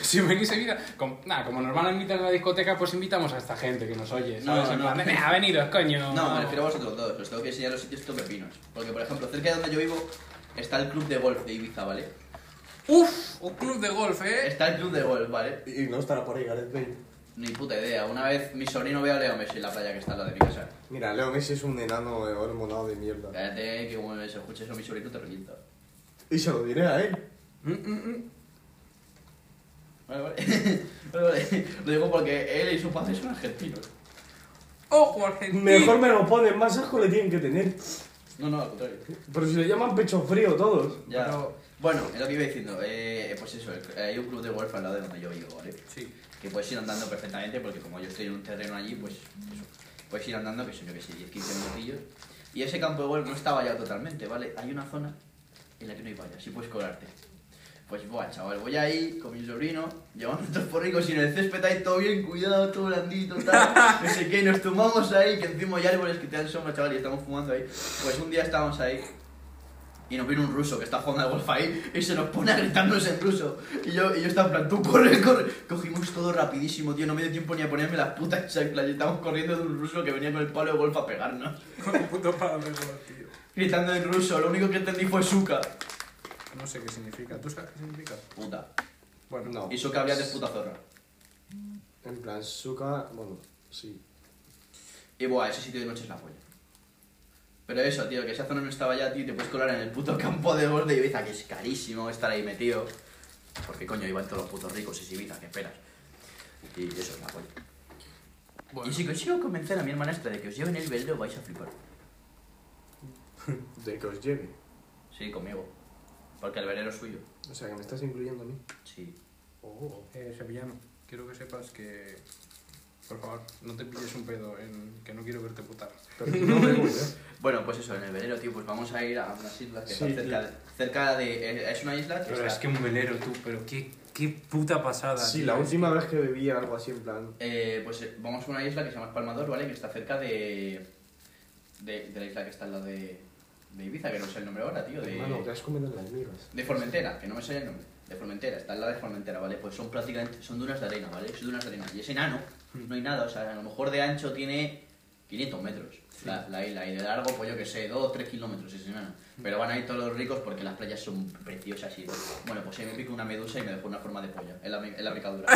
S2: Si venís a vida, como, nada, como nos van a invitar a la discoteca, pues invitamos a esta gente que nos oye. ¿sabes?
S1: No,
S2: En
S1: no.
S2: plan, "Venga, veniros, coño.
S1: No, me refiero a vosotros dos. Os tengo que enseñar los sitios topepinos. Porque, por ejemplo, cerca de donde yo vivo está el club de golf de Ibiza, ¿vale?
S2: Uf, un club de golf, eh.
S1: Está el club de golf, ¿vale?
S4: Y no estará por ahí Gareth Bale.
S1: Ni puta idea. Una vez mi sobrino ve a Leo Messi en la playa que está al lado de mi casa.
S4: Mira, Leo Messi es un enano eh, hormonado de mierda.
S1: Cállate, que como se escuche eso mi sobrino te revienta.
S4: Y se lo diré a él.
S2: Mm, mm, mm.
S1: Vale, (laughs) vale. Vale, vale. Lo digo porque él y su padre son argentinos.
S2: Ojo, Argentina.
S4: Mejor me lo ponen, más asco le tienen que tener.
S1: No, no, al contrario.
S4: Pero si le llaman pecho frío todos.
S1: Ya.
S2: Pero-
S1: Bueno, es lo que iba diciendo. Eh, pues eso, el- hay un club de golf al lado de donde yo vivo, ¿vale?
S2: Sí. (laughs)
S1: que puedes ir andando perfectamente porque como yo estoy en un terreno allí, pues eso, puedes ir andando, que son yo que sé, 10, 15 minutillos. Y ese campo de golf no está vallado totalmente, ¿vale? Hay una zona en la que no hay vallas y puedes colarte. Pues buah, chaval, voy ahí con mi sobrino, llevamos nuestros porricos y en el césped ahí todo bien, cuidado, todo blandito, tal, no sé qué, y nos tomamos ahí, que encima hay árboles que te dan sombra, chaval, y estamos fumando ahí. Pues un día estábamos ahí y nos viene un ruso que está jugando al golf ahí y se nos pone a gritarnos en ruso. Y yo, y yo estaba en plan, tú corre, corre. Cogimos todo rapidísimo, tío. No me dio tiempo ni a ponerme las putas chanclas. Y estábamos corriendo de un ruso que venía con el palo de golf a pegarnos.
S2: Con un puto palo de golf, tío.
S1: Gritando en ruso, lo único que entendí fue suka.
S2: No sé qué significa. ¿Tú sabes qué significa?
S1: Puta.
S2: Bueno,
S4: No.
S1: Y suka había de puta zorra.
S4: En plan, suca. Bueno, sí.
S1: Y buah, ese sitio de noche es la polla. Pero eso, tío, que esa zona no estaba ya, tío, y te puedes colar en el puto campo de golf de Ibiza, que es carísimo estar ahí metido. Porque coño, iban todos los putos ricos, es Ibiza, que esperas. Y eso es la polla.
S2: bueno.
S1: Y si consigo convencer a mi hermanastra de que os lleven el velo, vais a flipar.
S4: De que os lleve.
S1: Sí, conmigo. Porque el velero es suyo.
S4: O sea, que me estás incluyendo a mí.
S1: Sí.
S4: Oh.
S2: Eh, Sevillano, quiero que sepas que. Por favor, no te pilles un pedo, en... que no quiero verte putar.
S4: Pero no me ¿eh? gusta.
S1: (laughs) Bueno, pues eso, en el velero, tío, pues vamos a ir a unas islas que
S4: Sí,
S1: están cerca,
S4: tío.
S1: de, cerca de... eh, Es una isla que
S2: Pero
S1: está-
S2: es que un velero, tú, pero qué, qué puta pasada.
S4: Sí,
S2: tío.
S4: la última vez que bebí algo así en plan.
S1: eh, pues eh, vamos a una isla que se llama Espalmador, ¿vale? Que está cerca de... De, de la isla que está al lado de, de Ibiza, que no sé el nombre ahora, tío. De,
S4: Hermano, te has comido las migas.
S1: De Formentera, que no me sale el nombre. De Formentera, está al lado de Formentera, ¿vale? Pues son prácticamente, son dunas de arena, ¿vale? Son dunas de arena. Y es enano, no hay nada, o sea, a lo mejor de ancho tiene 500 metros la, la isla, y de largo, pues yo que sé, 2 3 kilómetros es enano. Pero van ahí todos los ricos porque las playas son preciosas y... Bueno, pues ahí me pico una medusa y me dejó una forma de polla, en la, mi- en la picadura.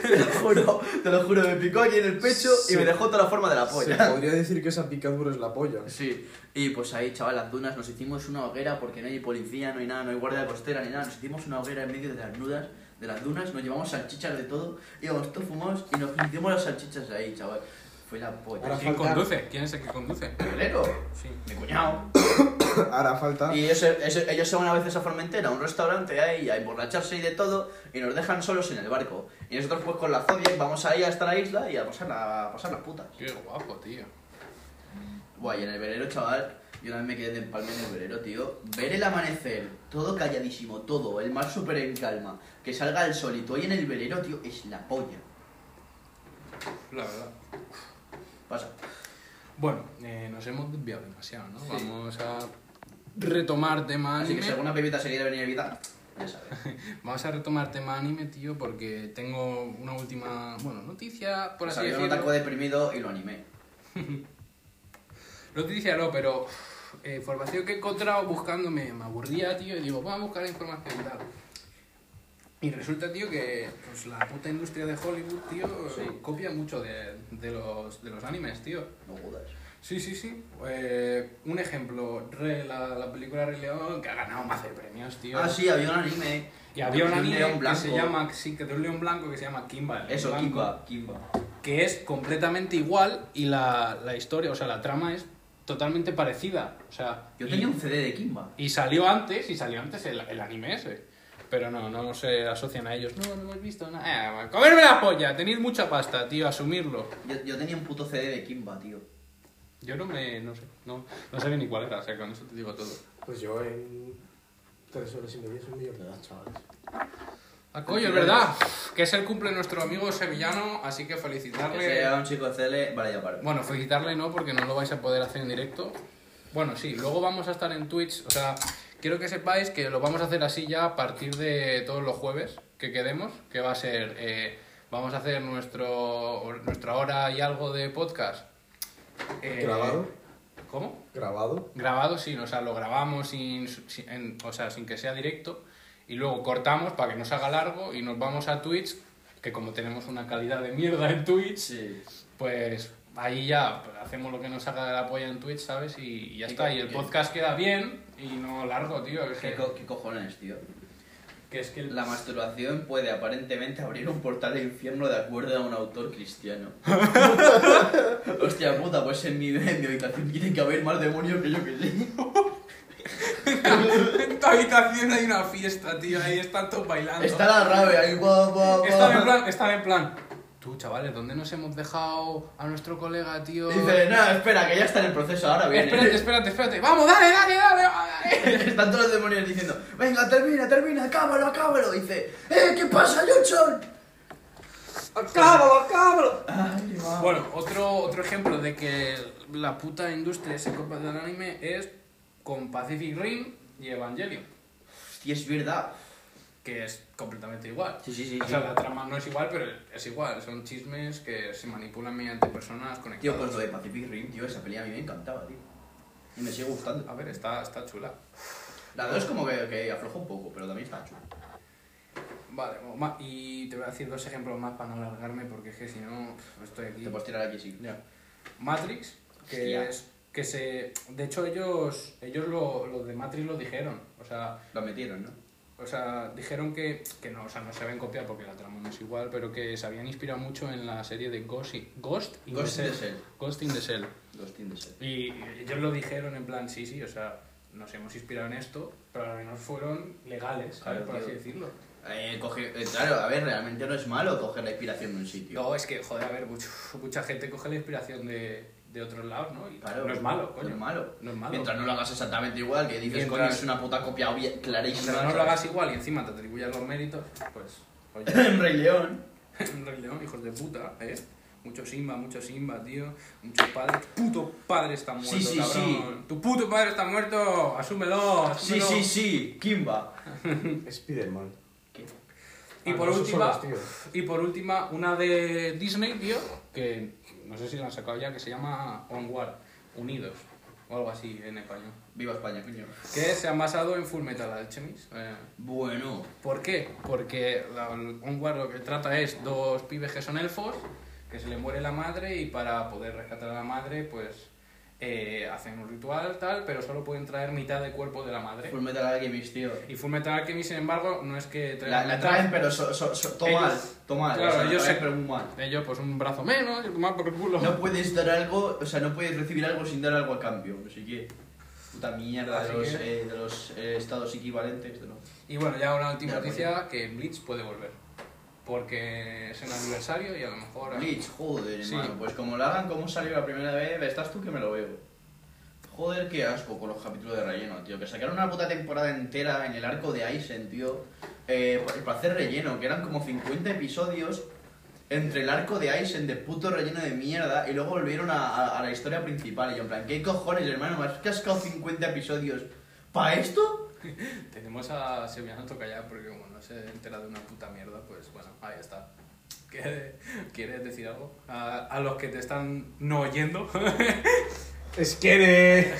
S1: te lo juro, te lo juro, me picó aquí en el pecho y me dejó toda la forma de la
S4: Se
S1: polla.
S4: podría decir que esa picadura es la polla.
S1: Sí, y pues ahí, chaval, las dunas nos hicimos una hoguera porque no hay policía, no hay nada, no hay guardia costera ni nada. Nos hicimos una hoguera en medio de las nudas, de las dunas, nos llevamos salchichas de todo, íbamos todos fumados y nos hicimos las salchichas ahí, chaval. Fue la polla.
S4: Ahora-
S2: ¿Quién
S4: faltar.
S2: conduce? ¿Quién es el que conduce?
S1: ¿Velero?
S2: Sí.
S1: Mi cuñado.
S4: Hará falta.
S1: Y ellos, ellos- ellos se van a veces a Formentera, a un restaurante ahí, a emborracharse y de todo, y nos dejan solos en el barco. Y nosotros, pues con la Zodiac, vamos ahí hasta la isla y a pasar, la- a pasar las putas.
S2: Qué guapo, tío.
S1: Guay, en el velero, chaval, Yo una vez me quedé de empalme en el verero, tío. Ver el amanecer, todo calladísimo, todo, el mar súper en calma, que salga el sol y tú ahí en el verero, tío, es la polla.
S2: la verdad.
S1: Pasa.
S2: Bueno, eh, nos hemos desviado demasiado, ¿no? Vamos a retomar tema
S1: Así
S2: anime.
S1: que si alguna pibita se quiere venir a evitar, ya sabes.
S2: Vamos a retomar tema anime, tío, porque tengo una última, bueno, noticia, por
S1: O
S2: así
S1: sea, yo me
S2: decirlo.
S1: taco deprimido y lo animé.
S2: Noticia no, pero uff, eh, información que he encontrado buscándome, me aburría, tío, y digo, voy a buscar información y tal. Y resulta, tío, que pues, la puta industria de Hollywood, tío,
S1: Sí.
S2: copia mucho de, de los, de los animes, tío.
S1: No jodas.
S2: Sí, sí, sí. Eh, un ejemplo, Re- la, la película Rey León, que ha ganado más de premios, tío.
S1: Ah, sí, había un anime.
S2: Y había un
S1: De un león
S2: anime que
S1: blanco.
S2: se llama, sí, que de un león blanco que se llama Kimba. el león
S1: Eso,
S2: blanco
S1: Kimba, Kimba.
S2: que es completamente igual y la, la historia, o sea, la trama es totalmente parecida. O sea,
S1: Yo
S2: y-
S1: tenía un CD de Kimba.
S2: y, salió antes, y salió antes el, el anime ese. Pero no, no se asocian a ellos. No, no hemos visto nada. Eh, comerme la polla, tenéis mucha pasta, tío, asumirlo.
S1: Yo, yo tenía un puto CD de Kimba, tío.
S2: Yo no me, no sé, no, no sabía ni cuál era, o sea, con eso te digo todo.
S4: Pues yo en tres horas y media soy mayor de edad, chavales.
S2: Ah, coño, es verdad, que es el cumple de nuestro amigo sevillano, así que
S1: Que
S2: felicitarle.
S1: sea un chico CL, vale, ya paro.
S2: Bueno, felicitarle no, porque no lo vais a poder hacer en directo. Bueno, sí, luego vamos a estar en Twitch. O sea, quiero que sepáis que lo vamos a hacer así ya a partir de todos los jueves que quedemos, que va a ser... eh, vamos a hacer nuestro, nuestra hora y algo de podcast. eh,
S4: ¿Grabado?
S2: ¿Cómo?
S4: ¿Grabado?
S2: Grabado, sí, o sea, lo grabamos sin, sin- en- o sea, sin que sea directo y luego cortamos para que no se haga largo y nos vamos a Twitch, que como tenemos una calidad de mierda en Twitch,
S1: Sí.
S2: pues ahí ya pues, hacemos lo que nos haga de la polla en Twitch, ¿sabes? Y, y ya
S1: Y
S2: está.
S1: que-
S2: Y el
S1: que-
S2: podcast queda bien y no largo, tío. Es
S1: ¿Qué,
S2: que,
S1: co- qué cojones, tío?
S2: que es que el-
S1: La masturbación puede aparentemente abrir un portal de infierno de acuerdo a un autor cristiano. (laughs) Hostia puta, pues en mi, en mi habitación tiene que haber más demonios que yo que sé.
S2: (laughs) en tu habitación hay una fiesta, tío. Ahí están todos bailando.
S1: Está la rave ahí, guau, guau, guau.
S2: Están en plan, están en plan. Tú, chavales, ¿dónde nos hemos dejado a nuestro colega, tío?
S1: Dice, no, espera, que ya está en el proceso, ahora viene. (laughs)
S2: espérate, espérate, espérate. Vamos, dale, dale, dale. dale.
S1: Están todos los demonios diciendo, venga, termina, termina, acábalo, acábalo. Dice, ¡eh, qué pasa, Johnson!
S4: ¡Acábalo, cábalo!
S1: Ay, va.
S2: Bueno, otro, otro ejemplo de que la puta industria se copa del anime es con Pacific Rim y Evangelion.
S1: Hostia, es verdad.
S2: que es completamente igual.
S1: Sí, sí, sí,
S2: O sea,
S1: sí.
S2: la trama no es igual, pero es igual. Son chismes que se manipulan mediante personas
S1: Tío,
S2: conectadas.
S1: pues lo de Pacific Rim, tío, esa peli a mí me encantaba, tío. Y me sigue gustando.
S2: A ver, está, está chula.
S1: La 2 como que, que afloja un poco, pero también está chulo.
S2: Vale, o ma- y te voy a decir dos ejemplos más para no alargarme, porque es que si no pf, estoy aquí.
S1: Te puedes tirar aquí, sí.
S2: Ya. Matrix, que
S1: Hostia.
S2: es que se de hecho ellos ellos lo, los de Matrix lo dijeron o sea
S1: Lo metieron, ¿no?
S2: o sea dijeron que, que no o sea no se ven copiar porque la trama no es igual pero que se habían inspirado mucho en la serie de Ghost y- Ghost in
S1: Ghost
S2: the
S1: in the
S2: Shell.
S1: Shell.
S2: Ghost in the Shell
S1: Los Tindes.
S2: Y ellos lo dijeron en plan, sí, sí, o sea, nos hemos inspirado en esto, pero al menos fueron legales, ¿sabes?
S1: Claro,
S2: por así
S1: tío.
S2: decirlo.
S1: Eh, coge- eh, claro, a ver, realmente no es malo coger la inspiración de un sitio.
S2: No, es que, joder, a ver, mucho- (laughs) mucha gente coge la inspiración de, de otros lados, ¿no? Y
S1: Claro,
S2: no es malo,
S1: No
S2: coño.
S1: es malo.
S2: No es malo.
S1: Mientras no lo hagas exactamente igual, que dices,
S2: Mientras-
S1: coño, es una puta copia obvia, clarísima.
S2: Mientras no lo
S1: ¿sabes?
S2: hagas igual y encima te atribuyas los méritos, pues,
S1: (laughs)
S2: oye,
S1: en Rey León.
S2: (laughs) en realidad, hijos de puta, ¿eh? Mucho Simba, mucho Simba, tío. Muchos padres. Tu puto padre está muerto,
S1: Sí, sí,
S2: cabrón.
S1: sí.
S2: Tu puto padre está muerto. Asúmelo,
S1: Sí,
S2: asúmelo.
S1: sí, sí, Kimba.
S4: Spiderman.
S2: Y
S4: Ah,
S2: por
S4: no, esos son
S2: última,
S4: los tíos.
S2: y por última, una de Disney, tío, que no sé si la han sacado ya, que se llama Onward, Unidos, o algo así en español.
S1: Viva España, coño.
S2: Que se han basado en Full Metal Alchemist. eh,
S1: Bueno,
S2: ¿Por qué? Porque la- Onward lo que trata es dos pibes que son elfos, que se le muere la madre y para poder rescatar a la madre, pues eh, hacen un ritual, tal, pero solo pueden traer mitad de cuerpo de la madre.
S1: Full Metal Alchemist, tío.
S2: Y Full Metal Alchemist, sin embargo, no es que
S1: La, la
S2: mitad,
S1: traen, pero so, so, so, todo
S2: Ellos-
S1: mal, todo mal.
S2: Claro,
S1: o sea, la
S2: ellos
S1: traen,
S2: se-
S1: pero muy mal.
S2: Ellos, pues un brazo menos, y tomar por el culo.
S1: No puedes dar algo, o sea, no puedes recibir algo sin dar algo a cambio, no sé qué. Puta mierda de
S2: Así
S1: los,
S2: que-
S1: eh, de los eh, estados equivalentes, ¿no?
S2: Y bueno, ya una última
S1: Ya,
S2: noticia, que Blitz puede volver. Porque es un aniversario y a lo mejor...
S1: Glitch, joder,
S2: Sí.
S1: hermano. Pues como lo hagan, como salió la primera vez, estás tú que me lo veo. Joder, qué asco con los capítulos de relleno, tío. Que sacaron una puta temporada entera en el arco de Aizen, tío. eh, pa- para hacer relleno, que eran como 50 episodios entre el arco de Aizen de puto relleno de mierda y luego volvieron a, a- a la historia principal. Y yo, en plan, ¿qué cojones, hermano? ¿Me has cascado 50 episodios para esto?
S2: Tenemos a Sevillano Tocayá porque como no se entera de una puta mierda, pues bueno, ahí está. ¿Qué- ¿Quieres decir algo? A, a los que te están no oyendo. (laughs)
S4: Es que de...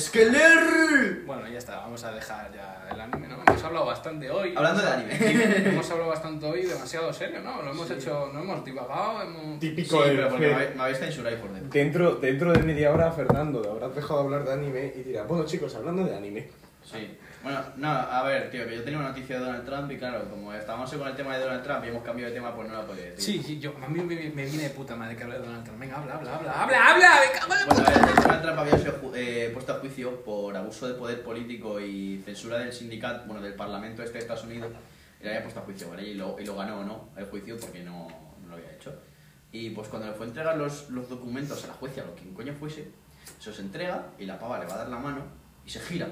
S1: ¡Esqueler!
S2: bueno, ya está, vamos a dejar ya el anime, ¿no? Hemos hablado bastante hoy. (laughs)
S1: Hablando de anime.
S2: Hemos hablado bastante hoy, demasiado serio, ¿no? Lo hemos hecho, no hemos divagado, hemos...
S1: Sí,
S4: Típico
S1: pero porque me
S4: de...
S1: habéis- me habéis censurado ahí por dentro.
S4: Dentro, dentro de media hora, Fernando, te habrás dejado de hablar de anime y dirás, bueno chicos, hablando de anime.
S1: Sí. Bueno, no, a ver, tío, que yo tenía una noticia de Donald Trump y claro, como estábamos con el tema de Donald Trump y hemos cambiado de tema, pues no la podía decir.
S2: Sí, sí, yo, a mí me, me viene de puta madre que hable de Donald Trump. Venga, habla, habla, habla, habla, habla, me cago en la
S1: Bueno,
S2: puta.
S1: a ver, Donald Trump había sido ju- eh, puesto a juicio por abuso de poder político y censura del sindicato, bueno, del Parlamento este de Estados Unidos, y le había puesto a juicio, ¿vale? Y lo, y lo ganó, ¿no? El juicio porque no, no lo había hecho. Y pues cuando le fue a entregar los, los documentos a la jueza, lo quien coño fuese, se los entrega y la pava le va a dar la mano y se gira.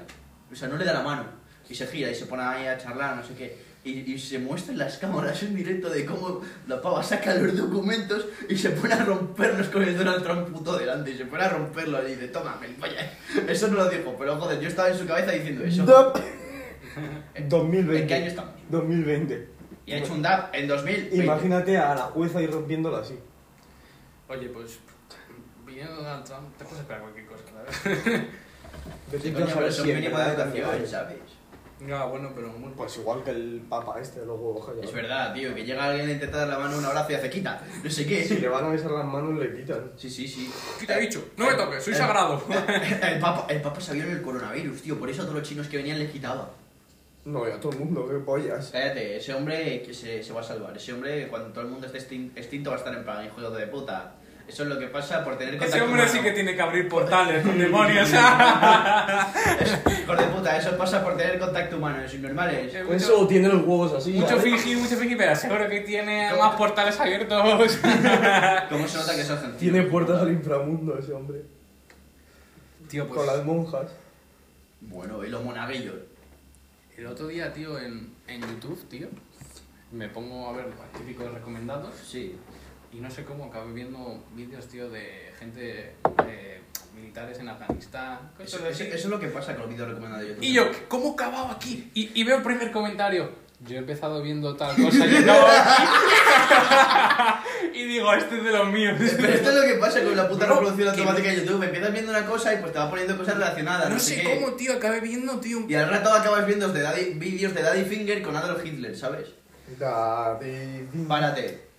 S1: O sea, no le da la mano. Y se gira y se pone ahí a charlar, no sé qué. Y, y se muestran las cámaras en directo de cómo la pava saca los documentos y se pone a romperlos con el Donald Trump puto delante. Y se pone a romperlos y dice, tómame, vaya. (laughs) Eso no lo dijo, pero joder, yo estaba en su cabeza diciendo eso.
S4: Dop.
S1: (laughs) Eh, ¿En qué año
S4: 2020.
S1: estamos?
S4: 2020.
S1: Y ha hecho un DAP en 2020.
S4: Imagínate a la jueza ir rompiéndola así.
S2: Oye, pues, viniendo Donald Trump, te puedes esperar cualquier cosa, ¿sabes?
S1: Sí,
S4: Vete
S1: coño, pero
S4: a
S1: eso
S4: saber
S1: es
S4: si en
S1: mínimo de
S4: verdad
S1: educación,
S4: también.
S1: ¿sabes?
S2: Ya, bueno, pero muy
S4: Pues igual que el papa este de los huevos
S1: Es
S4: callados.
S1: verdad, tío, que llega alguien a intentar dar la mano un abrazo y hace quita. No sé qué.
S4: Si le van a besar las manos, le quitan.
S1: Sí, sí, sí.
S2: ¿Qué te he dicho? No me toques, soy (laughs) sagrado.
S1: (laughs) El papa, el papa sabía el coronavirus, tío, por eso a todos los chinos que venían les quitaba.
S4: No, y a todo el mundo, qué pollas.
S1: Cállate, ese hombre que se, se va a salvar. Ese hombre, cuando todo el mundo esté extin- extinto, va a estar en plan, hijo de puta. Eso es lo que pasa por tener
S2: Ese
S1: contacto
S2: hombre
S1: humano.
S2: sí que tiene que abrir portales con (laughs) demonios.
S1: Hijo de puta, eso pasa por tener contacto humano, es normales.
S2: Eh,
S4: Pues eso tiene los huevos así.
S2: Mucho
S4: ¿sabes?
S2: fingir, mucho fingir, pero seguro que tiene más portales abiertos.
S1: ¿Cómo se nota que es argentino?
S4: Tiene puertas al inframundo ese hombre.
S2: Tío,
S4: Con
S2: pues.
S4: las monjas.
S1: Bueno, y los monaguillos.
S2: El otro día, tío, en, en YouTube, tío, me pongo a ver los típicos recomendados.
S1: Sí.
S2: Y no sé cómo acabé viendo vídeos, tío, de gente de militares en Afganistán.
S1: Eso,
S2: cosas
S1: eso-
S2: así.
S1: eso es lo que pasa con los vídeos recomendados de YouTube.
S2: Pues Y yo, ¿cómo acababa aquí? Y, y veo el primer comentario. Yo he empezado viendo tal cosa (laughs) y acababa aquí. y digo, este es de los míos.
S1: (laughs) Pero esto es lo que pasa con la puta
S2: Bro,
S1: revolución
S2: que-
S1: automática de YouTube. Empiezas viendo una cosa y pues te va poniendo cosas relacionadas. No,
S2: No sé
S1: qué.
S2: cómo, tío, acabé viendo, tío. un-
S1: Y al rato acabas viendo de Daddy- vídeos de Daddy Finger con Adolf Hitler, ¿sabes?
S4: Daddy.
S1: Párate.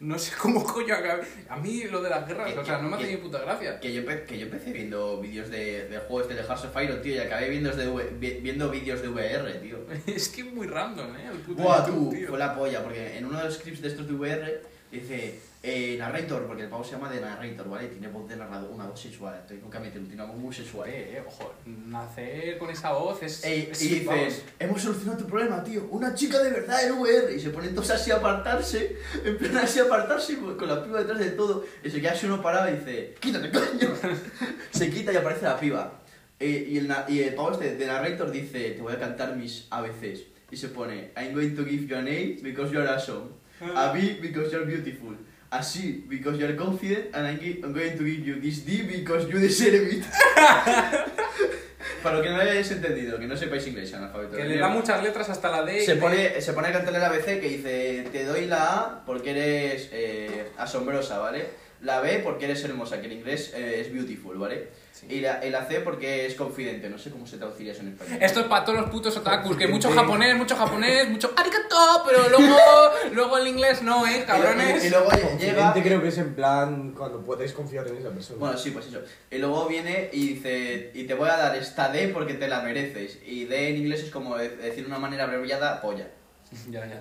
S2: No sé cómo coño acabé. A mí lo de las guerras,
S1: ¿Qué-
S2: o sea,
S1: qué-
S2: no me
S1: qué-
S2: hace ni puta gracia. (laughs)
S1: Que yo, empe- que yo empecé viendo vídeos de, de juegos de Hearts of Iron, tío, y acabé viendo, de V- vi- viendo vídeos de VR, tío.
S2: Es que es muy random, eh. El puto
S1: Buah,
S2: YouTube,
S1: tú,
S2: tío.
S1: fue la polla, porque en uno de los scripts de estos de VR dice eh, Narrator, porque el pavo se llama de Narrator, ¿vale? Tiene voz de narrador, una voz sexual, estoy nunca metido, tiene una voz muy sexual.
S2: Eh, eh, ojo, nacer con esa voz es.
S1: Ey,
S2: es-
S1: y dices,
S2: vamos.
S1: hemos solucionado tu problema, tío. Una chica de verdad en VR. Y se ponen todos así a apartarse. En plan así a apartarse con con la piba detrás de todo. Y se queda así uno parado y dice, quítate, coño. (laughs) se quita y aparece la piba. Eh, y, el, na- y el pavo este de narrator dice, te voy a cantar mis ABCs. Y se pone, I'm going to give you an A because you're awesome. A B because you're beautiful. A C because you're confident. And I'm gi- I'm going to give you this D because you deserve it. (laughs) Para lo que no lo hayáis entendido, que no sepáis inglés, analfabeto.
S2: Que le da muchas letras hasta la D. y
S1: Se
S2: le-
S1: pone, se pone a cantar el ABC que dice, te doy la A porque eres eh, asombrosa, ¿vale? La B porque eres hermosa, que en inglés eh, es beautiful, ¿vale?
S2: Sí.
S1: Y la, y la C porque es confidente, no sé cómo se traduciría eso en español.
S2: Esto es para todos los putos otakus, que mucho
S4: Sí.
S2: japonés, mucho japonés, mucho arigato, pero
S1: (laughs)
S2: luego, luego el inglés no, eh,
S1: Y lo-
S2: cabrones.
S1: Y, y luego llega...
S4: Confidente creo que es en plan cuando puedes confiar en esa persona.
S1: Bueno, sí, pues eso. Y luego viene y dice, y te voy a dar esta D porque te la mereces. Y D en inglés es como de- decir una manera abreviada, polla.
S2: Ya, ya.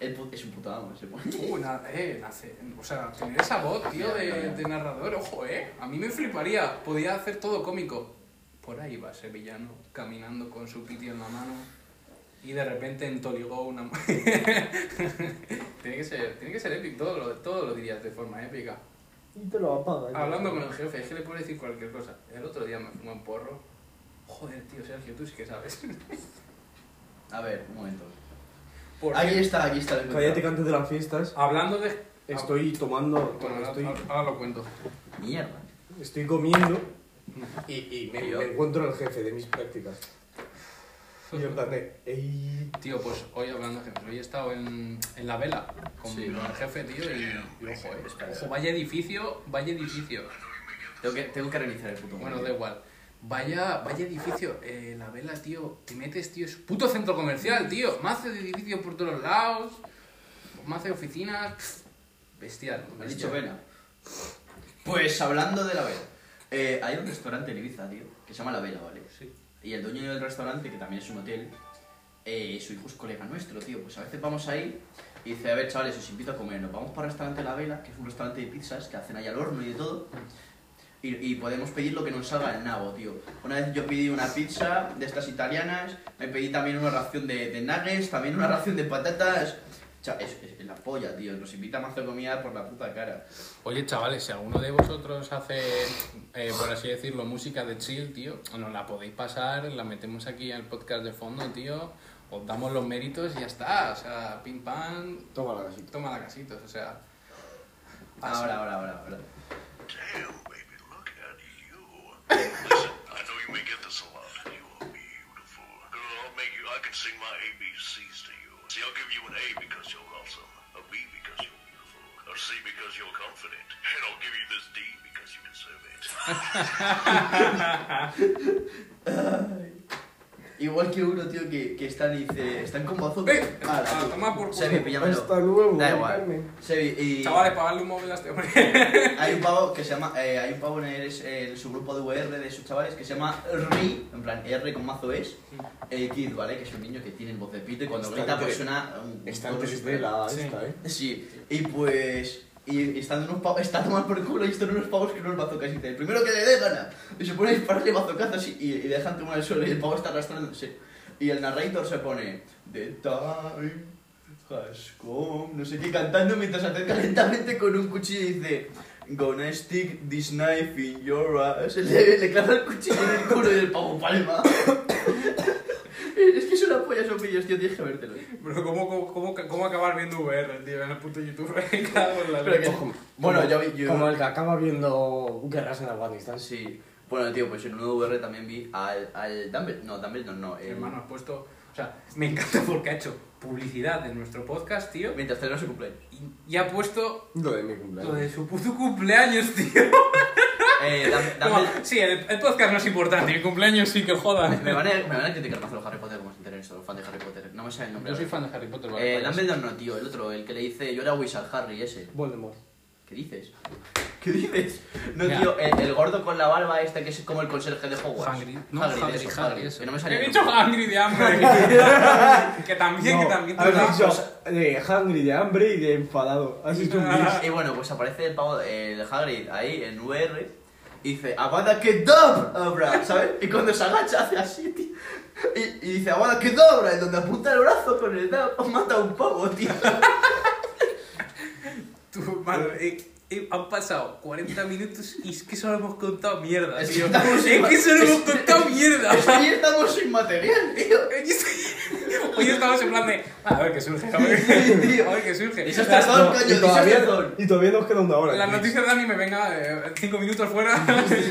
S1: El pu- es un puto amo ese polla.
S2: Uh, na- eh, nace- o sea, tener esa voz, tío, de, de narrador, ojo, eh. A mí me fliparía, podía hacer todo cómico. Por ahí va Sevillano, caminando con su piti en la mano, y de repente entoligó una (laughs) mujer. tiene, que ser, tiene que ser épico, todo lo, todo lo dirías de forma épica.
S4: y te lo apaga. ya.
S2: Hablando con el jefe, es que le puedo decir cualquier cosa. El otro día me fumé un porro. Joder, tío, Sergio, tú sí que sabes. (laughs)
S1: A ver, un momento.
S2: Por
S1: Aquí
S2: cierto,
S1: está, aquí está. lo he
S4: Cállate que
S1: encontrado.
S4: antes de las fiestas
S2: Hablando de. Ah,
S4: estoy tomando,
S2: Bueno,
S4: bueno,
S2: ahora-
S4: estoy,
S2: ahora, ahora lo cuento.
S1: Mierda.
S4: estoy comiendo y, y me,
S1: Yo.
S4: me encuentro al jefe de mis prácticas. Y yo en plan de, "Ey,
S2: Tío, pues hoy hablando de jefes, hoy he estado en, en la vela con
S1: Sí.
S2: con el jefe, tío, y, y ojo, eh.
S1: Espera,
S2: Ojo, vaya edificio, vaya edificio.
S1: Tengo que, tengo que realizar el puto
S2: Bueno, da
S1: móvil.
S2: igual. Vaya, vaya edificio, eh, la vela, tío, te metes, tío, es puto centro comercial, tío. Mazo de edificios por todos lados, mazo de oficinas, pff, bestial.
S1: Me has dicho
S2: bestial.
S1: vela. Pues hablando de la vela. eh, hay un restaurante en Ibiza, tío, que se llama La Vela, ¿vale?
S2: Sí.
S1: Y el dueño del restaurante, que también es un hotel, eh, su hijo es colega nuestro, tío. Pues a veces vamos ahí y dice, a ver, chavales, os invito a comer. Nos vamos para el restaurante La Vela, que es un restaurante de pizzas que hacen ahí al horno y de todo. Y, y podemos pedir lo que nos salga el nabo, tío. Una vez yo pedí una pizza de estas italianas, me pedí también una ración de, de nuggets, también una ración de patatas. O sea, es, es la polla, tío. Nos invita más de comida por la puta cara.
S2: Oye, chavales, si alguno de vosotros hace, eh, por así decirlo, música de chill, tío, nos la podéis pasar, la metemos aquí al podcast de fondo, tío, os damos los méritos y ya está. O sea, pim pam,
S3: Toma la casita.
S2: toma la casitos, o sea. así.
S1: Ahora, ahora, ahora, ahora.
S5: Damn, baby, look at you. Listen, I know you may get this a lot. You are beautiful. Girl, I'll make you, I can sing my ABCs to you. See, I'll give you an A because you're awesome, a B because you're beautiful, a C because you're confident, and I'll give you this D because you deserve it.
S1: Igual que uno, tío, que, que está, dice, están con vosotros.
S2: ¡Eh! Ah, toma por culo.
S1: Sebi, píllamelo.
S4: Hasta luego,
S1: Da
S4: Carmen.
S1: igual. Sebi, y
S2: Chavales, pagarle un móvil a este hombre.
S1: hay un pavo que se llama, eh, hay un pavo en, el, en su grupo de VR de sus chavales que se llama RI, en plan R con mazo es, eh, Kid, ¿vale? Que es un niño que tiene voz de pito y cuando
S4: Está
S1: grita
S4: entre-
S1: pues suena un, un
S4: Está
S1: tono
S4: antes
S1: super-
S4: de la
S2: Sí.
S4: esta, ¿eh?
S1: Sí, y pues. Y, y están unos pavos, está tomando por culo y están unos pavos que unos bazocas y dice, el primero que le dé gana. Y se pone a dispararle bazocazos y, y, y dejan tomar el suelo y el pavo está arrastrándose. Y el narrator se pone, The time has come", no sé qué, cantando mientras se acerca lentamente con un cuchillo y dice, Gonna stick this knife in your ass. (laughs) Le, le clava el cuchillo en el culo y el pavo palma. (coughs) es que es una polla esos vídeos, tío, tienes que vértelo.
S2: Pero, ¿cómo, cómo, cómo, cómo acabar viendo VR, tío, en el puto YouTube? (laughs) Me cago en la
S1: Pero
S2: leche.
S1: que- bueno, yo, yo...
S4: Como el que acaba viendo guerras en Afganistán.
S1: Sí. Bueno, tío, pues en un VR también vi al, al Dumbledore. No, Dumbledore no. eh, el-
S2: Eh, Hermano, has puesto. O sea, me encanta porque ha hecho publicidad de nuestro podcast, tío,
S1: Mientras celebra su
S2: (laughs)
S1: cumpleaños.
S2: y, y ha puesto
S4: Lo de mi
S2: lo
S4: cumpleaños.
S2: de su puto cumpleaños, tío. (laughs)
S1: Eh, Dum-
S2: Como,
S1: Dumbledore.
S2: sí, el, el podcast no es importante, mi cumpleaños sí que jodan.
S1: Me van, a, me van a criticar más los Harry Potter como se enteren solo fan de Harry Potter. No me sale el nombre.
S2: Yo soy fan de Harry Potter, vale.
S1: Eh,
S2: vale.
S1: Dumbledore no, tío. El otro, el que le dice yo era Wizard Harry, ese.
S3: Voldemort.
S1: ¿Qué dices? (laughs) ¿Qué dices? No,
S2: Ya.
S1: tío, el, el gordo con la barba este que es como el conserje de Hogwarts.
S2: Hagrid. No,
S1: Hagrid,
S2: Hagrid,
S1: eso,
S2: Hagrid,
S1: Hagrid.
S2: eso.
S1: Que no me sale
S2: He
S1: el
S2: dicho
S1: nombre.
S2: Hagrid
S1: (laughs)
S2: de hambre. que también, que también.
S4: No, has dicho de hungry, de hambre y de enfadado. Has dicho un mix.
S1: Y bueno, pues aparece el pavo, el Hagrid ahí en VR y dice, Avada Kedavra, ¿sabes? Y cuando se agacha hace así, tío. Y, y dice, Avada Kedavra, y donde apunta el brazo con el dab, mata a un pavo, tío.
S2: Tú, madre, eh, eh, han pasado 40 minutos y es que solo hemos contado mierda,
S1: Es que
S2: tío.
S1: estamos sin
S2: Es que solo
S1: ma-
S2: hemos
S1: es-
S2: contado mierda.
S1: Es que ahí estamos sin material, tío.
S2: Hoy estamos en plan de. "Ah, A ver qué surge, a ver,
S1: (laughs) Sí, tío.
S2: a ver qué surge.
S1: Eso está
S2: Las,
S1: todo, coño,
S4: y,
S1: dice
S4: todavía,
S1: razón.
S4: y todavía nos queda una hora. en
S2: las
S4: Twitch.
S2: noticias de anime venga 5 minutos fuera.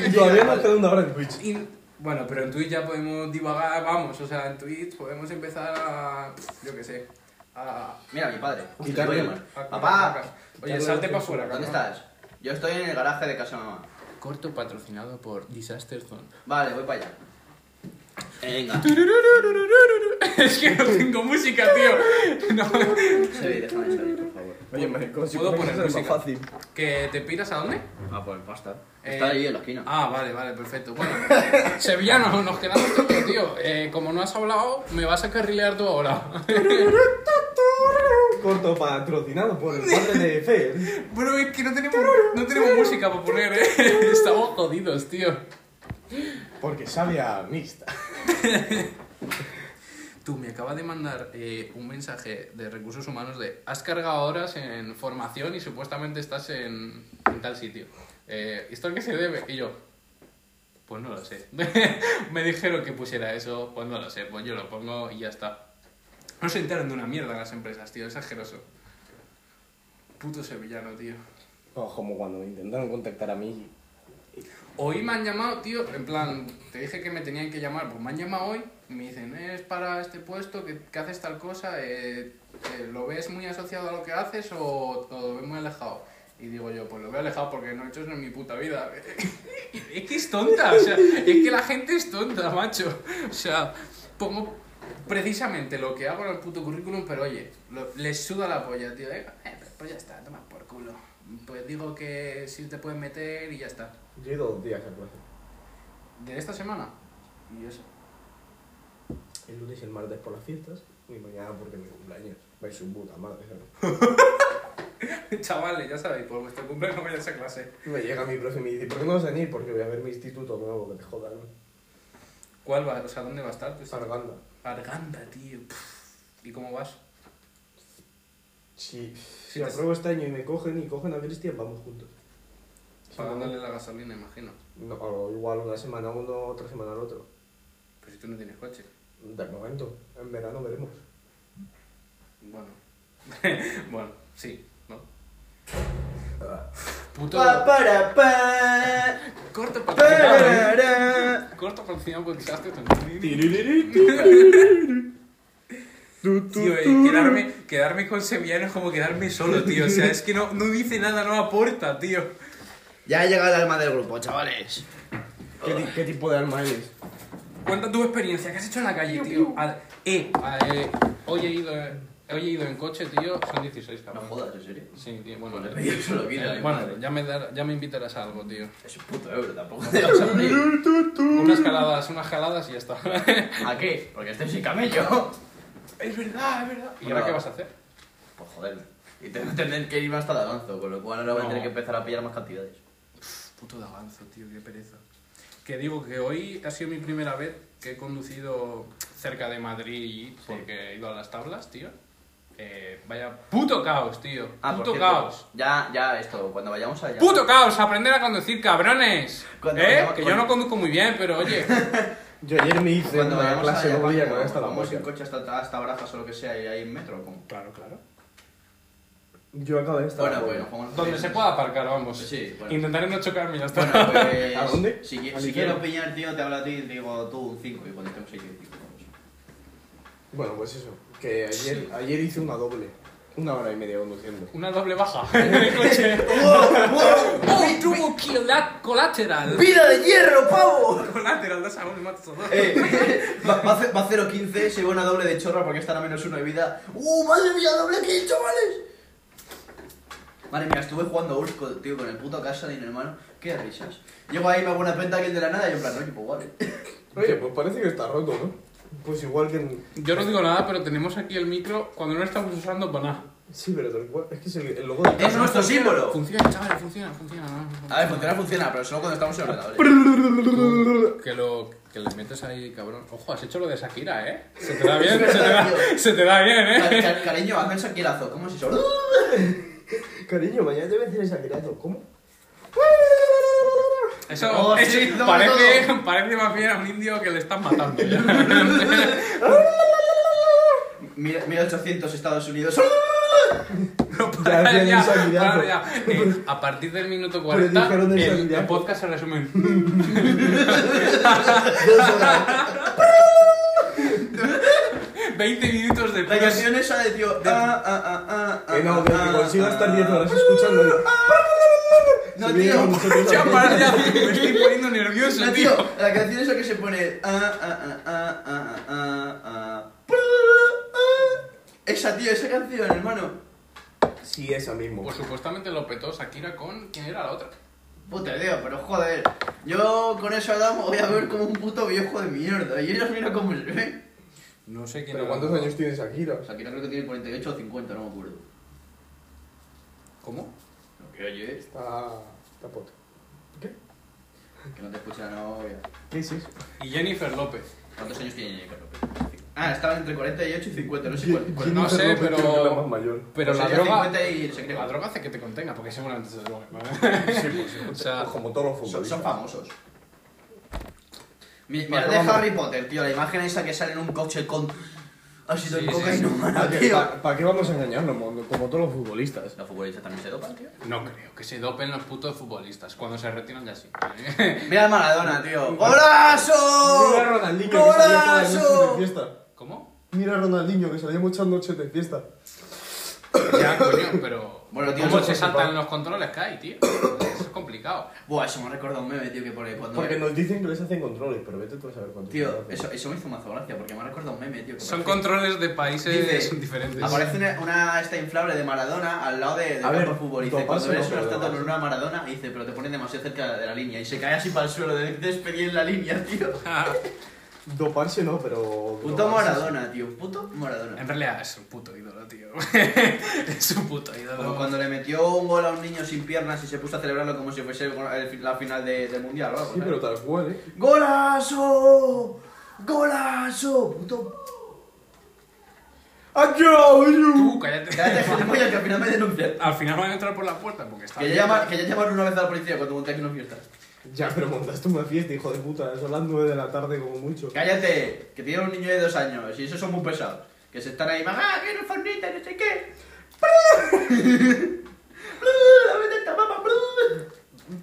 S4: Y todavía nos queda una hora en Twitch.
S2: Y- bueno, pero en Twitch ya podemos divagar, vamos, o sea, en Twitch podemos empezar a. Yo qué sé. A.
S1: Mira, mi padre.
S4: Y
S1: Le voy a llamar.
S2: a-
S1: Papá,
S2: Oye, salte para afuera,
S1: ¿dónde
S2: cabrón.
S1: estás? Yo estoy en el garaje de casa de mamá.
S2: Corto patrocinado por Disaster Zone.
S1: Vale, voy para allá.
S2: (laughs)
S1: Venga,
S2: Es que no tengo música, tío. No.
S1: se ve, déjame salir, por favor.
S4: Oye, maricón, si
S2: Puedo
S4: puedes
S2: poner
S4: hacer más
S2: música.
S4: fácil.
S2: ¿Que te piras a dónde?
S1: Ah, pues basta.
S2: Eh,
S1: Está ahí en la esquina.
S2: Ah, vale, vale, perfecto. Bueno, (laughs) Sevillano, nos quedamos cortos, tío. Eh, como no has hablado, me vas a carrilear tú ahora.
S4: Corto patrocinado por el padre de Fer.
S2: Bueno, es que no tenemos, no tenemos música para poner, eh. (laughs) Estamos jodidos, tío.
S4: Porque sabe a mixta.
S2: Tú me acaba de mandar eh, un mensaje de recursos humanos de has cargado horas en formación y supuestamente estás en, en tal sitio. Eh, ¿Esto a qué se debe? Y yo, pues no lo sé. (laughs) me dijeron que pusiera eso, pues no lo sé, pues yo lo pongo y ya está. No se enteran de una mierda las empresas, tío, es asqueroso. Puto sevillano, tío.
S3: No, como cuando me intentaron contactar a mí.
S2: Hoy me han llamado, tío, en plan, te dije que me tenían que llamar, pues me han llamado hoy y me dicen, es para este puesto, que, que haces tal cosa, eh, eh, ¿lo ves muy asociado a lo que haces o, o lo ves muy alejado? Y digo yo, pues lo veo alejado porque no he hecho eso en mi puta vida. (laughs) es que es tonta, o sea, es que la gente es tonta, macho. O sea, pongo precisamente lo que hago en el puto currículum, pero oye, lo- les suda la polla, tío. eh, eh, pues ya está, toma por culo. Pues digo que si te puedes meter y ya está.
S4: Yo he ido dos días a clase.
S2: ¿De esta semana? Y eso.
S4: El lunes y el martes por las fiestas y mañana porque es mi cumpleaños. Vais su puta madre,
S2: (laughs)
S4: ¿sabes?
S2: Chavales, ya sabéis, por vuestro cumpleaños no vayáis a clase.
S4: Y Me llega mi profe y me dice, ¿por qué no vas a venir? Porque voy a ver mi instituto nuevo, que te jodan.
S2: ¿Cuál va? O sea, ¿dónde va a estar? Pues
S4: Sarganda.
S2: Arganda, tío. Pff, ¿Y cómo vas?
S4: Si, si
S2: te-
S4: apruebo este año y me cogen y cogen a Cristian, vamos juntos. Si no,
S2: Pagándole la gasolina, imagino.
S4: no, o igual una semana uno, otra semana al otro.
S2: Pero si tú no tienes coche.
S4: De momento, en verano veremos.
S2: Bueno. (laughs) bueno, sí, ¿no? Puto.
S1: Pa, para, pa,
S2: Corto patrocinado. ¿eh?
S1: para.
S2: Corto patrocinado con desastre. Tío, eh, quedarme, quedarme con sevillano es como quedarme solo, tío. O sea, es que no, no dice nada, no aporta, tío.
S1: Ya ha llegado el alma del grupo, chavales.
S4: ¿Qué, ti- qué tipo de arma eres?
S2: Cuenta tu experiencia, ¿qué has hecho en la calle, tío? Al- eh, a- eh, hoy, he ido, eh, hoy he ido en coche, tío, son 16,
S1: No
S2: cabrón.
S1: jodas, ¿en serio?
S2: Sí, tío, bueno.
S1: Bueno,
S2: eh,
S1: yo solo quiero la
S2: bueno,
S1: madre.
S2: ya me, dar- ya me invitarás a algo, tío.
S1: Es un puto euro, tampoco. (laughs)
S2: Unas jaladas, unas jaladas y ya está. (laughs)
S1: ¿A qué? Porque estoy sin camello.
S2: es verdad, es verdad. ¿Y ahora
S1: Bueno.
S2: qué vas a hacer?
S1: Pues joderme. Y tengo que tener que irme hasta Daganzo, con lo cual ahora voy a
S2: No.
S1: tener que empezar a pillar más cantidades.
S2: Puto daganzo, tío, qué pereza. Que digo que hoy ha sido mi primera vez que he conducido cerca de Madrid porque he ido a las tablas, tío. Eh, vaya puto caos, tío.
S1: Ah, por
S2: puto
S1: cierto,
S2: caos.
S1: Ya, ya, esto, cuando vayamos allá.
S2: ¡Puto caos! ¡Aprender a conducir, cabrones!
S1: Cuando
S2: ¿Eh?
S1: vayamos-
S2: Que yo
S1: cuando-
S2: no conduzco muy bien, pero
S1: (laughs)
S2: oye.
S4: Yo ayer me hice
S1: Cuando
S4: una
S1: vayamos
S4: clase
S1: allá,
S4: doble y
S1: cuando
S4: acabé hasta la
S1: vamos en
S4: polla.
S1: coche hasta, hasta Barajas o lo que sea y ahí en metro. ¿cómo?
S2: claro, claro.
S4: Yo acabé hasta
S1: Bueno,
S4: la
S1: bueno,
S4: polla.
S1: jugamos-
S2: Donde se pueda aparcar, vamos.
S1: Sí, bueno.
S2: Intentaré no chocarme, ya está.
S1: Bueno, pues.
S4: (laughs) ¿A dónde?
S1: Si, qui-
S4: ¿Al
S1: si
S4: liceo?
S1: quiero piñar, tío, te hablo a ti y te digo tú un 5 y cuando estemos ahí, yo digo, vamos.
S4: Bueno, pues eso. Que ayer, ayer hice una doble. Una hora y media conduciendo.
S2: Una
S1: (laughs)
S2: doble baja en el coche. ¡Oh, tuvo quila- collateral!
S1: (laughs) ¡Vida de hierro, pavo!
S2: Collateral, das a uno y matas a dos.
S1: Eh, (laughs) va, va, a ce- va a 0.15, se va una doble de chorra porque estará a menos uno de vida. ¡Uh, madre mía, doble kill, chavales! Madre mía, estuve jugando Urf, con- tío, con el puto casa de mi hermano. Qué risas. Llego ahí, me hago una penta que de la nada y yo en plan, oye, pues (laughs) vale.
S4: Oye, pues parece que está roto, ¿no? Pues igual que en...
S2: Yo no digo nada, pero tenemos aquí el micro cuando no lo estamos usando para nada.
S4: Sí, pero tal cual. Es que es el, el logo de...
S1: ¡Es nuestro símbolo!
S2: Funciona, chaval, funciona, funciona. no, no, no.
S1: A ver, funciona, funciona, pero solo cuando estamos en (laughs) ordenadores.
S2: Que lo que le metes ahí, cabrón. Ojo, has hecho lo de Shakira, ¿eh? Se te da
S1: (laughs)
S2: bien, se te da, se te da bien,
S1: Ca-
S2: ¿eh?
S1: ca- Cariño, hazme el saquilazo. ¿Cómo es eso?
S4: Cariño, mañana te voy a hacer el saquerazo. ¿Cómo? Ah,
S2: Eso
S1: Oh,
S2: eso
S1: sí, no,
S2: parece, parece más bien a un indio que le están matando. ya. (laughs)
S1: 1800 Estados Unidos.
S2: No, para
S4: Ya hacían
S2: ya,
S4: un saquillazo.
S2: para ya. Eh, a partir del minuto
S4: Pero dijeron
S2: 40,
S4: del
S2: el,
S4: saquillazo.
S2: el podcast se resume en...
S4: Dos horas.
S2: 20 minutos de
S1: La
S2: puros-
S1: canción esa de tío. Ah, ah, ah, ah, ah,
S4: Que Eh, no, que,
S1: ah,
S4: que consigo
S1: ah,
S4: estar 10 horas escuchando.
S1: No,
S4: Se
S1: tío.
S4: viene con nosotros
S2: Ya,
S4: aquí.
S2: para ya, me estoy poniendo nervioso,
S1: No, tío,
S2: tío.
S1: la canción esa que se pone. ah, ah, ah, ah, ah, ah, ah, ah, Esa, tío, esa canción, hermano.
S4: Sí, esa mismo.
S2: Pues supuestamente lo petó Shakira con... ¿Quién era la otra?
S1: Puta, tío, pero joder. Yo con esa dama voy a ver como un puto viejo de mierda. Y ellos mira cómo se ve.
S2: No sé quién
S4: ¿Pero cuántos años tienes aquí?
S1: O sea, que no creo que tiene 48 o 50, no me acuerdo.
S2: ¿Cómo?
S1: Lo que oyes,
S4: Está... está puto.
S1: que no te escucha la novia.
S4: ¿Qué es eso?
S2: Y Jennifer López.
S1: ¿Cuántos años tiene Jennifer López? Ah, estaban entre 48 y 50, no sé cuál. cuál-
S2: no sé,
S4: Internet
S2: pero-
S4: creo que es la más mayor.
S2: Pero
S1: Pues
S2: la
S1: sería
S2: droga,
S1: 50 y se cree.
S2: la droga hace que te contenga, porque seguramente se droga. ¿vale? (laughs) o sea,
S4: Pues como todos los
S1: Son,
S4: futbolistas.
S1: son famosos. Mi- Mira,
S4: Para
S1: de
S4: Roma.
S1: Harry Potter, tío, la imagen esa que sale en un coche con. Ha sido
S2: Sí,
S1: el
S2: sí,
S1: cocainómano,
S4: ¿Para qué,
S1: tío.
S4: pa- pa' qué vamos a engañarnos? Como como todos los futbolistas.
S1: Los futbolistas también se dopan, tío.
S2: no creo que se dopen los putos futbolistas. Cuando se retiran ya sí.
S1: Mira a Maradona, tío. ¡Golazo!
S4: Mira a Ronaldinho que salía todas las noches de
S1: ¡Golazo!
S4: fiesta.
S2: (laughs) ¿Cómo?
S4: Mira a Ronaldinho que salía muchas noches de fiesta.
S2: Ya, coño, pero...
S1: Bueno, tío,
S2: ¿Cómo
S1: eso
S2: se
S1: es
S2: saltan los controles que hay, tío? Eso es complicado.
S1: Buah, eso me ha recordado un meme, tío, que por ahí cuando.
S4: Porque nos dicen que les hacen controles, pero vete tú a saber cuánto.
S1: Tío, eso, eso me hizo mazo gracia, porque me ha recordado un meme, tío. que
S2: Son
S1: parece-
S2: controles de países
S1: Dice,
S2: diferentes.
S1: Aparece una, una esta inflable de Maradona al lado de, de
S4: Pues- A ver,
S1: campo futbolista. Y cuando ves
S4: toparse no,
S1: una
S4: pero
S1: estatua con
S4: toparse.
S1: una Maradona, dice, pero te ponen demasiado cerca de la línea. Y se cae así para el suelo, de despedí en la línea, (laughs) tío.
S2: Ah,
S4: Doparse no, pero.
S1: Puto
S4: drogarse sí.
S1: Maradona, tío. Puto
S2: En
S4: Em,
S1: Maradona.
S2: realidad es un puto ídolo, tío. (laughs) es un puto
S1: Como
S2: ídolo.
S1: cuando le metió un gol a un niño sin piernas y se puso a celebrarlo como si fuese el gol- el- la final de- del mundial o algo.
S4: Sí, pero
S1: ¿sabes?
S4: tal cual, ¿eh?
S1: ¡Golazo! ¡Golazo! Puto.
S2: Tú, cállate.
S1: Cállate, gilipollas, que al final me denuncian.
S2: Al final van a entrar por la puerta porque está.
S1: Que ya, llama- que ya llamaron una vez a la policía cuando monté aquí una fiesta.
S4: Ya, pero montaste una fiesta, hijo de puta. Son las 9 de la tarde, como mucho.
S1: Cállate, que tiene un niño de dos años y esos son muy pesados. Que se están ahí, mamá, que no fornita, no sé qué. (laughs) La vete mamá.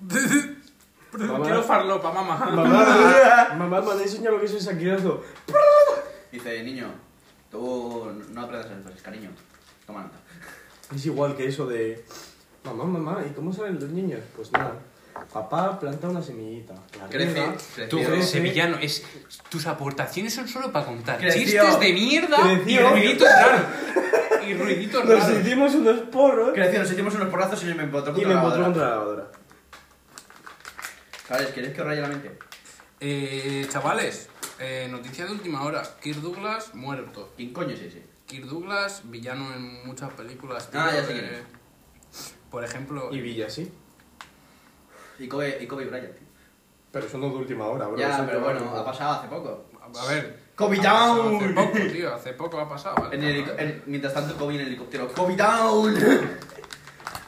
S4: Mamá.
S2: (laughs) Quiero farlopa,
S1: (laughs)
S2: mamá.
S4: Mamá, mamá, me han enseñado lo que es un saquirazo.
S1: Dice, niño, tú no aprendas a hacer cariño. Toma nota.
S4: Es igual que eso de. Mamá, mamá, ¿y cómo salen los niños? Pues nada. Papá planta una semillita. La
S1: Crece,
S4: riega,
S1: crece.
S2: Tú,
S1: Creció.
S2: sevillano, es, tus aportaciones son solo para contar
S1: eh? Creció.
S2: chistes de mierda
S4: Creció.
S2: y ruiditos raros.
S1: (laughs)
S2: Y ruiditos
S4: Nos
S2: raros.
S4: hicimos unos porros.
S1: Creció, nos hicimos unos porrazos y me encontró
S4: Y
S1: contra
S4: me
S1: la
S4: encontró
S1: lavadora.
S4: contra la lavadora.
S1: ¿Sabes? ¿Queréis que os raye la mente?
S2: Eh, chavales, eh, noticia de última hora: Kirk Douglas muerto.
S1: ¿Quién coño es ese?
S2: Kirk Douglas, villano en muchas películas.
S1: Ah,
S2: tío, eh,
S1: ya sé quién es.
S2: Por ejemplo,
S4: Y Villa, sí.
S1: Y Kobe, y Kobe Bryant, tío.
S4: Pero eso no es de última hora, bro.
S1: ya,
S4: Eso es
S1: pero
S4: de
S1: bueno,
S4: última
S1: ha
S4: hora.
S1: pasado hace poco.
S2: a ver.
S1: Kobe
S2: ha pasado
S1: Down.
S2: Hace poco, tío, hace poco ha pasado. ¿vale?
S1: En el helic- en- mientras tanto, Kobe en el helicóptero. ¡Kobe down! (laughs)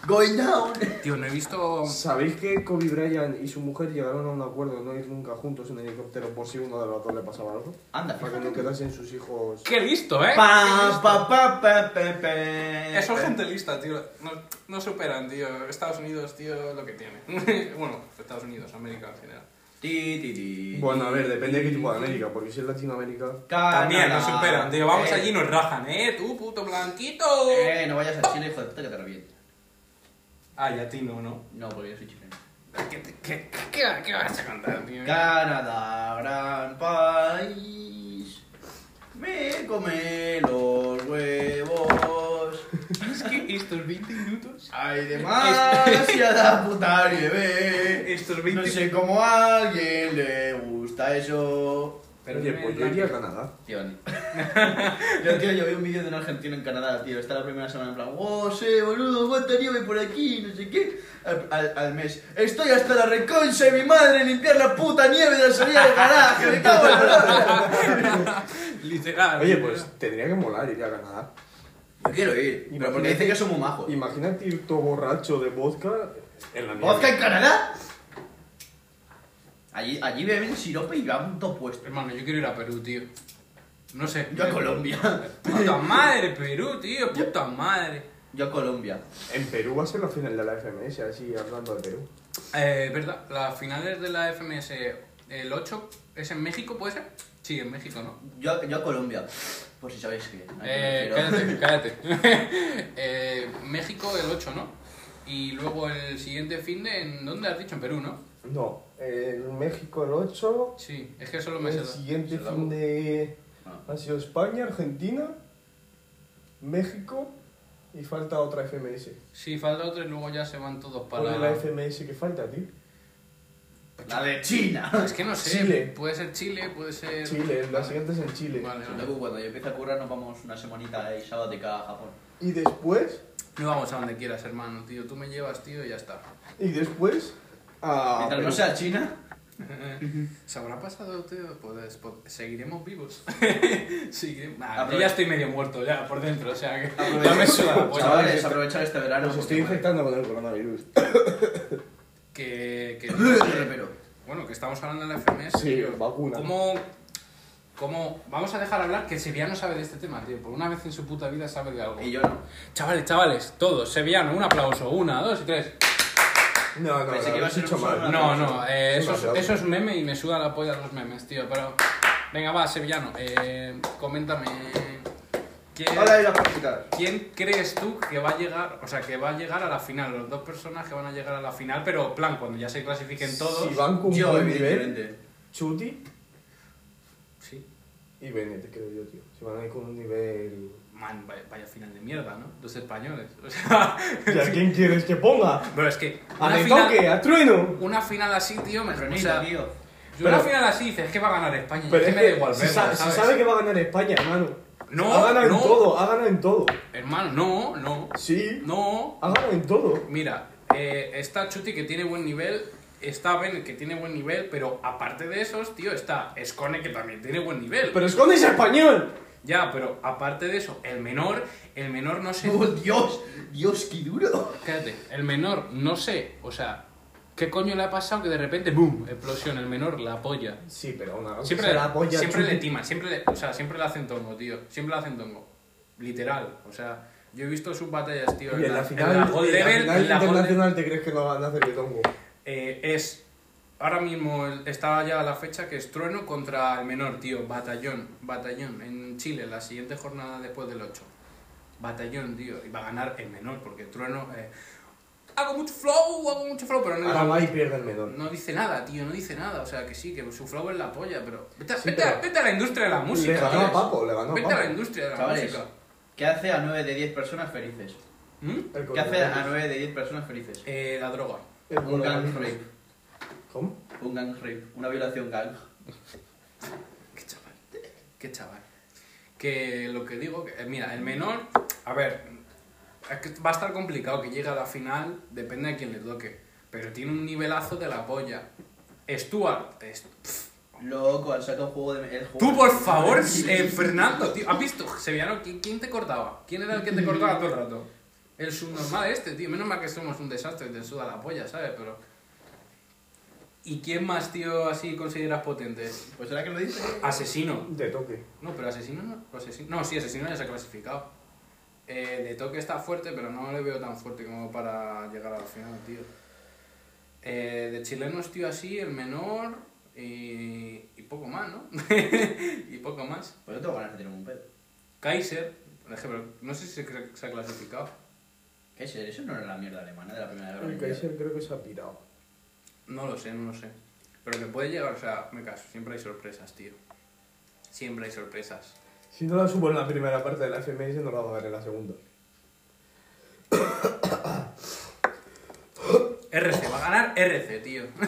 S1: ¡Going down!
S2: Tío, no he visto.
S4: ¿Sabéis que Kobe Bryant y su mujer llegaron a un acuerdo de no ir nunca juntos en helicóptero por si uno de los dos le pasaba algo?
S1: Anda,
S4: Para que no quedasen sus hijos.
S2: ¡Qué listo, eh!
S1: Pa, pa, pa, pa, pa, pa.
S2: Eso es gente lista, tío. No, no superan, tío. Estados Unidos, tío, lo que tiene. (laughs) bueno, Estados Unidos, América en general.
S1: Ti, ti, ti.
S4: (laughs) Bueno, a ver, depende de qué tipo de América, porque si es Latinoamérica.
S1: Canadá.
S2: También Ah, no superan, tío. Vamos
S1: Eh,
S2: allí y nos rajan, eh, tú, puto blanquito.
S1: Eh, no vayas a Chile, hijo de puta, que te reviento.
S2: Ay, a ti no, ¿no?
S1: No, porque yo soy chileno.
S2: ¿Qué, te- qué, qué, qué vas a contar, tío?
S1: Canadá, gran país. Me come los huevos.
S2: Es que estos 20 minutos.
S1: Hay
S2: (laughs)
S1: demasiada puta nieve.
S2: Estos 20
S1: No sé cómo a alguien le gusta eso.
S2: Pero
S4: Oye,
S2: me-
S4: pues yo iría a Canadá.
S1: Tío, ni- (laughs) yo, tío, yo vi un vídeo de un argentino en Canadá, tío. Está la primera semana en plan, wow, sé, boludo, cuánta nieve por aquí, no sé qué. Al, al- al mes, estoy hasta la reconcha de mi madre en limpiar la puta nieve de la salida del garaje, me cago en la lora".
S2: Literal.
S4: Oye,
S2: literal.
S4: pues tendría que molar ir a Canadá.
S1: Yo quiero ir, pero porque dicen que son muy majos.
S4: Imagínate ir todo borracho de vodka en la nieve.
S1: ¿Vodka en Canadá? Allí, allí beben sirope y van todo puesto.
S2: Hermano, yo quiero ir a Perú, tío. No sé.
S1: Yo a Colombia.
S2: Puta madre, Perú, tío. Puta madre.
S1: Yo a Colombia.
S4: En Perú va a ser la final de la FMS, así hablando de Perú.
S2: Eh, verdad, las finales de la FMS, el 8, ¿es en México, puede ser? Sí, en México, ¿no?
S1: Yo, yo a Colombia. Por si sabéis que. a qué me
S2: Eh,
S1: refiero.
S2: cállate, cállate. (laughs) Eh, México el 8, ¿no? Y luego el siguiente fin de, ¿en dónde has dicho? En Perú, ¿no?
S4: No, en México el 8.
S2: Sí, es que solo me sé
S4: El
S2: dos.
S4: siguiente
S1: se la-
S4: fin de.
S1: Ah.
S4: Ha sido España, Argentina, México y falta otra FMS.
S2: Sí, falta otro y luego ya se van todos
S4: ¿Cuál es la
S2: para...
S4: FMS que falta, tío?
S1: La de China.
S2: Ah, Es que no sé,
S4: Chile.
S2: puede ser Chile, puede ser...
S4: Chile, la
S2: Vale.
S4: siguiente es en Chile.
S2: Vale, vale.
S1: Luego cuando yo empiece a currar nos vamos una semanita y sabática a Japón.
S4: Y después,
S2: No vamos a donde quieras, hermano, tío. Tú me llevas, tío, y ya está.
S4: y después a
S1: Mientras
S4: Perú.
S1: no sea China,
S2: ¿Se habrá pasado, tío? Pues, pues, seguiremos (laughs) vivos. Seguiremos- Nah, yo
S1: Aprove-
S2: ya estoy medio muerto ya por dentro, o sea que
S1: Aprovechar-
S2: ya me (laughs) suda la polla.
S1: Chavales, aprovechar este verano.
S4: Nos
S1: porque,
S4: estoy
S1: madre,
S4: infectando con el coronavirus.
S2: (laughs) Que, que-
S1: repero.
S2: bueno, que estamos hablando de la enfermedad.
S4: Sí, vacuna.
S2: ¿Cómo, cómo- Vamos a dejar hablar que Sevillano sabe de este tema, tío. Por una vez en su puta vida sabe de algo.
S1: Y yo no.
S2: Chavales, chavales, todos, Sevillano, un aplauso. Una, dos y tres.
S4: No, no,
S1: Pensé
S4: lo
S1: que iba a
S4: habéis
S1: ser
S4: hecho
S1: un
S4: mal.
S1: solo-
S2: No, no, eh,
S4: Sí,
S2: eso, es,
S4: demasiado.
S2: eso es meme y me suda la polla los memes, tío. Pero. Venga, va, Sevillano, eh, coméntame. ¿quién,
S1: Hola, y las cositas.
S2: quién crees tú que va a llegar? O sea, que va a llegar a la final. Los dos personas que van a llegar a la final, pero plan, cuando ya se clasifiquen todos.
S4: Si van con un
S1: Yo,
S4: buen nivel,
S1: evidentemente.
S4: Chuti
S2: Sí.
S4: y Bennett, creo yo, tío. Si van ahí con un
S2: (laughs)
S4: nivel...
S2: Man, vaya, vaya final de mierda, ¿no? Dos españoles. (laughs) O sea.
S4: ¿Y a quién quieres que ponga?
S2: Pero es que.
S4: ¡A
S2: Una
S4: me
S2: final,
S4: toque! ¡A trueno!
S2: una final así, tío, me o
S1: Ronita,
S2: sea,
S1: tío.
S2: yo una
S4: Pero-
S2: final así dices que va a ganar España.
S4: Pero
S2: es
S4: es
S2: que me da
S4: que
S2: igual,
S4: se,
S2: verlo,
S4: sa- se
S2: ¿sabes?
S4: sabe que va a ganar España, hermano.
S2: No,
S4: ha ganado
S2: no.
S4: en todo, ha ganado en todo.
S2: Hermano, no, no.
S4: Sí,
S2: No.
S4: ha ganado en todo.
S2: Mira, eh, está Chuti que tiene buen nivel, está Ben que tiene buen nivel, pero aparte de esos, tío, está Escone que también tiene buen nivel.
S4: ¡Pero escondes español!
S2: Ya, pero aparte de eso, el menor, el menor no
S1: (laughs)
S2: sé.
S1: ¡Oh, Dios! ¡Dios, qué duro!
S2: Cállate, el menor no sé, o sea, ¿qué coño le ha pasado que de repente, ¡boom! Explosión, el menor la polla.
S4: Sí, pero una vez
S2: Siempre,
S4: se la apoya
S2: siempre
S4: Chuti.
S2: le timan, siempre le, o sea, siempre le hacen tongo, tío. Siempre le hacen tongo. Literal. O sea, yo he visto sus batallas, tío.
S4: Y en la final,
S2: en la Gold
S4: en la
S2: Level,
S4: final
S2: en la Gold Level-
S4: internacional te crees que no van a hacer el tongo.
S2: Eh, es ahora mismo el- está ya la fecha que es trueno contra el menor, tío, batallón, batallón en Chile, la siguiente jornada después del 8. Batallón, tío, y va a ganar el menor porque trueno eh, hago mucho flow, hago mucho flow, pero
S4: Ahora
S2: no,
S4: va y pierde el menor.
S2: no dice nada, tío, no dice nada, o sea, que sí, que su flow es la polla, pero vete, a-
S4: Sí,
S2: vete a-
S4: pero-
S2: vete a la industria de la
S4: Le
S2: música.
S4: ganó a
S2: tío.
S4: Papo, le ganó a
S2: vete a la
S4: Papo.
S2: industria de la
S1: Chavales,
S2: música.
S1: ¿qué hace a 9 de 10 personas felices?
S2: ¿Mm?
S4: El
S1: ¿Qué hace a
S4: coronavirus.
S1: 9 de 10 personas felices?
S2: Eh, la droga.
S4: El
S1: Un gang
S4: coronavirus.
S1: rape.
S4: ¿Cómo?
S1: Un gang rape. Una violación gang.
S2: Qué chaval. Qué chaval. Que lo que digo, que, eh, mira, el menor, a ver, es que va a estar complicado que llegue a la final, depende de quién le toque. Pero tiene un nivelazo de la polla. Stuart, es-
S1: Loco, han sacado un juego de... El juego
S2: tú por favor,
S1: Sí.
S2: eh, Fernando, tío, ¿has visto? Sevillano, ¿quién, quién te cortaba? ¿Quién era el que te cortaba todo el rato? El subnormal este, tío. Menos mal que somos un desastre, te suda la polla, ¿sabes? Pero... ¿Y quién más, tío, así consideras potente?
S1: Pues será que lo dice.
S2: Asesino.
S4: De toque.
S2: No, pero asesino no. Asesino, no, sí, asesino ya se ha clasificado. Eh, de toque está fuerte, pero no le veo tan fuerte como para llegar a la final, tío. Eh, de chilenos, tío, así, el menor y, y poco más, ¿no? (laughs) y poco más.
S1: Pues yo tengo ganas de tener un pedo.
S2: Kaiser, por ejemplo, no sé si se, cre- se ha clasificado.
S1: ¿Qué es eso? Eso no era la mierda alemana de la primera guerra
S4: El
S1: mundial.
S4: Kaiser creo que se ha pirado.
S2: No lo sé, no lo sé. Pero que puede llegar, o sea, me caso, siempre hay sorpresas, tío. Siempre hay sorpresas.
S4: Si no la subo en la primera parte de la FMS, no la va a ver en la segunda.
S2: RC, va a ganar RC, tío. (laughs)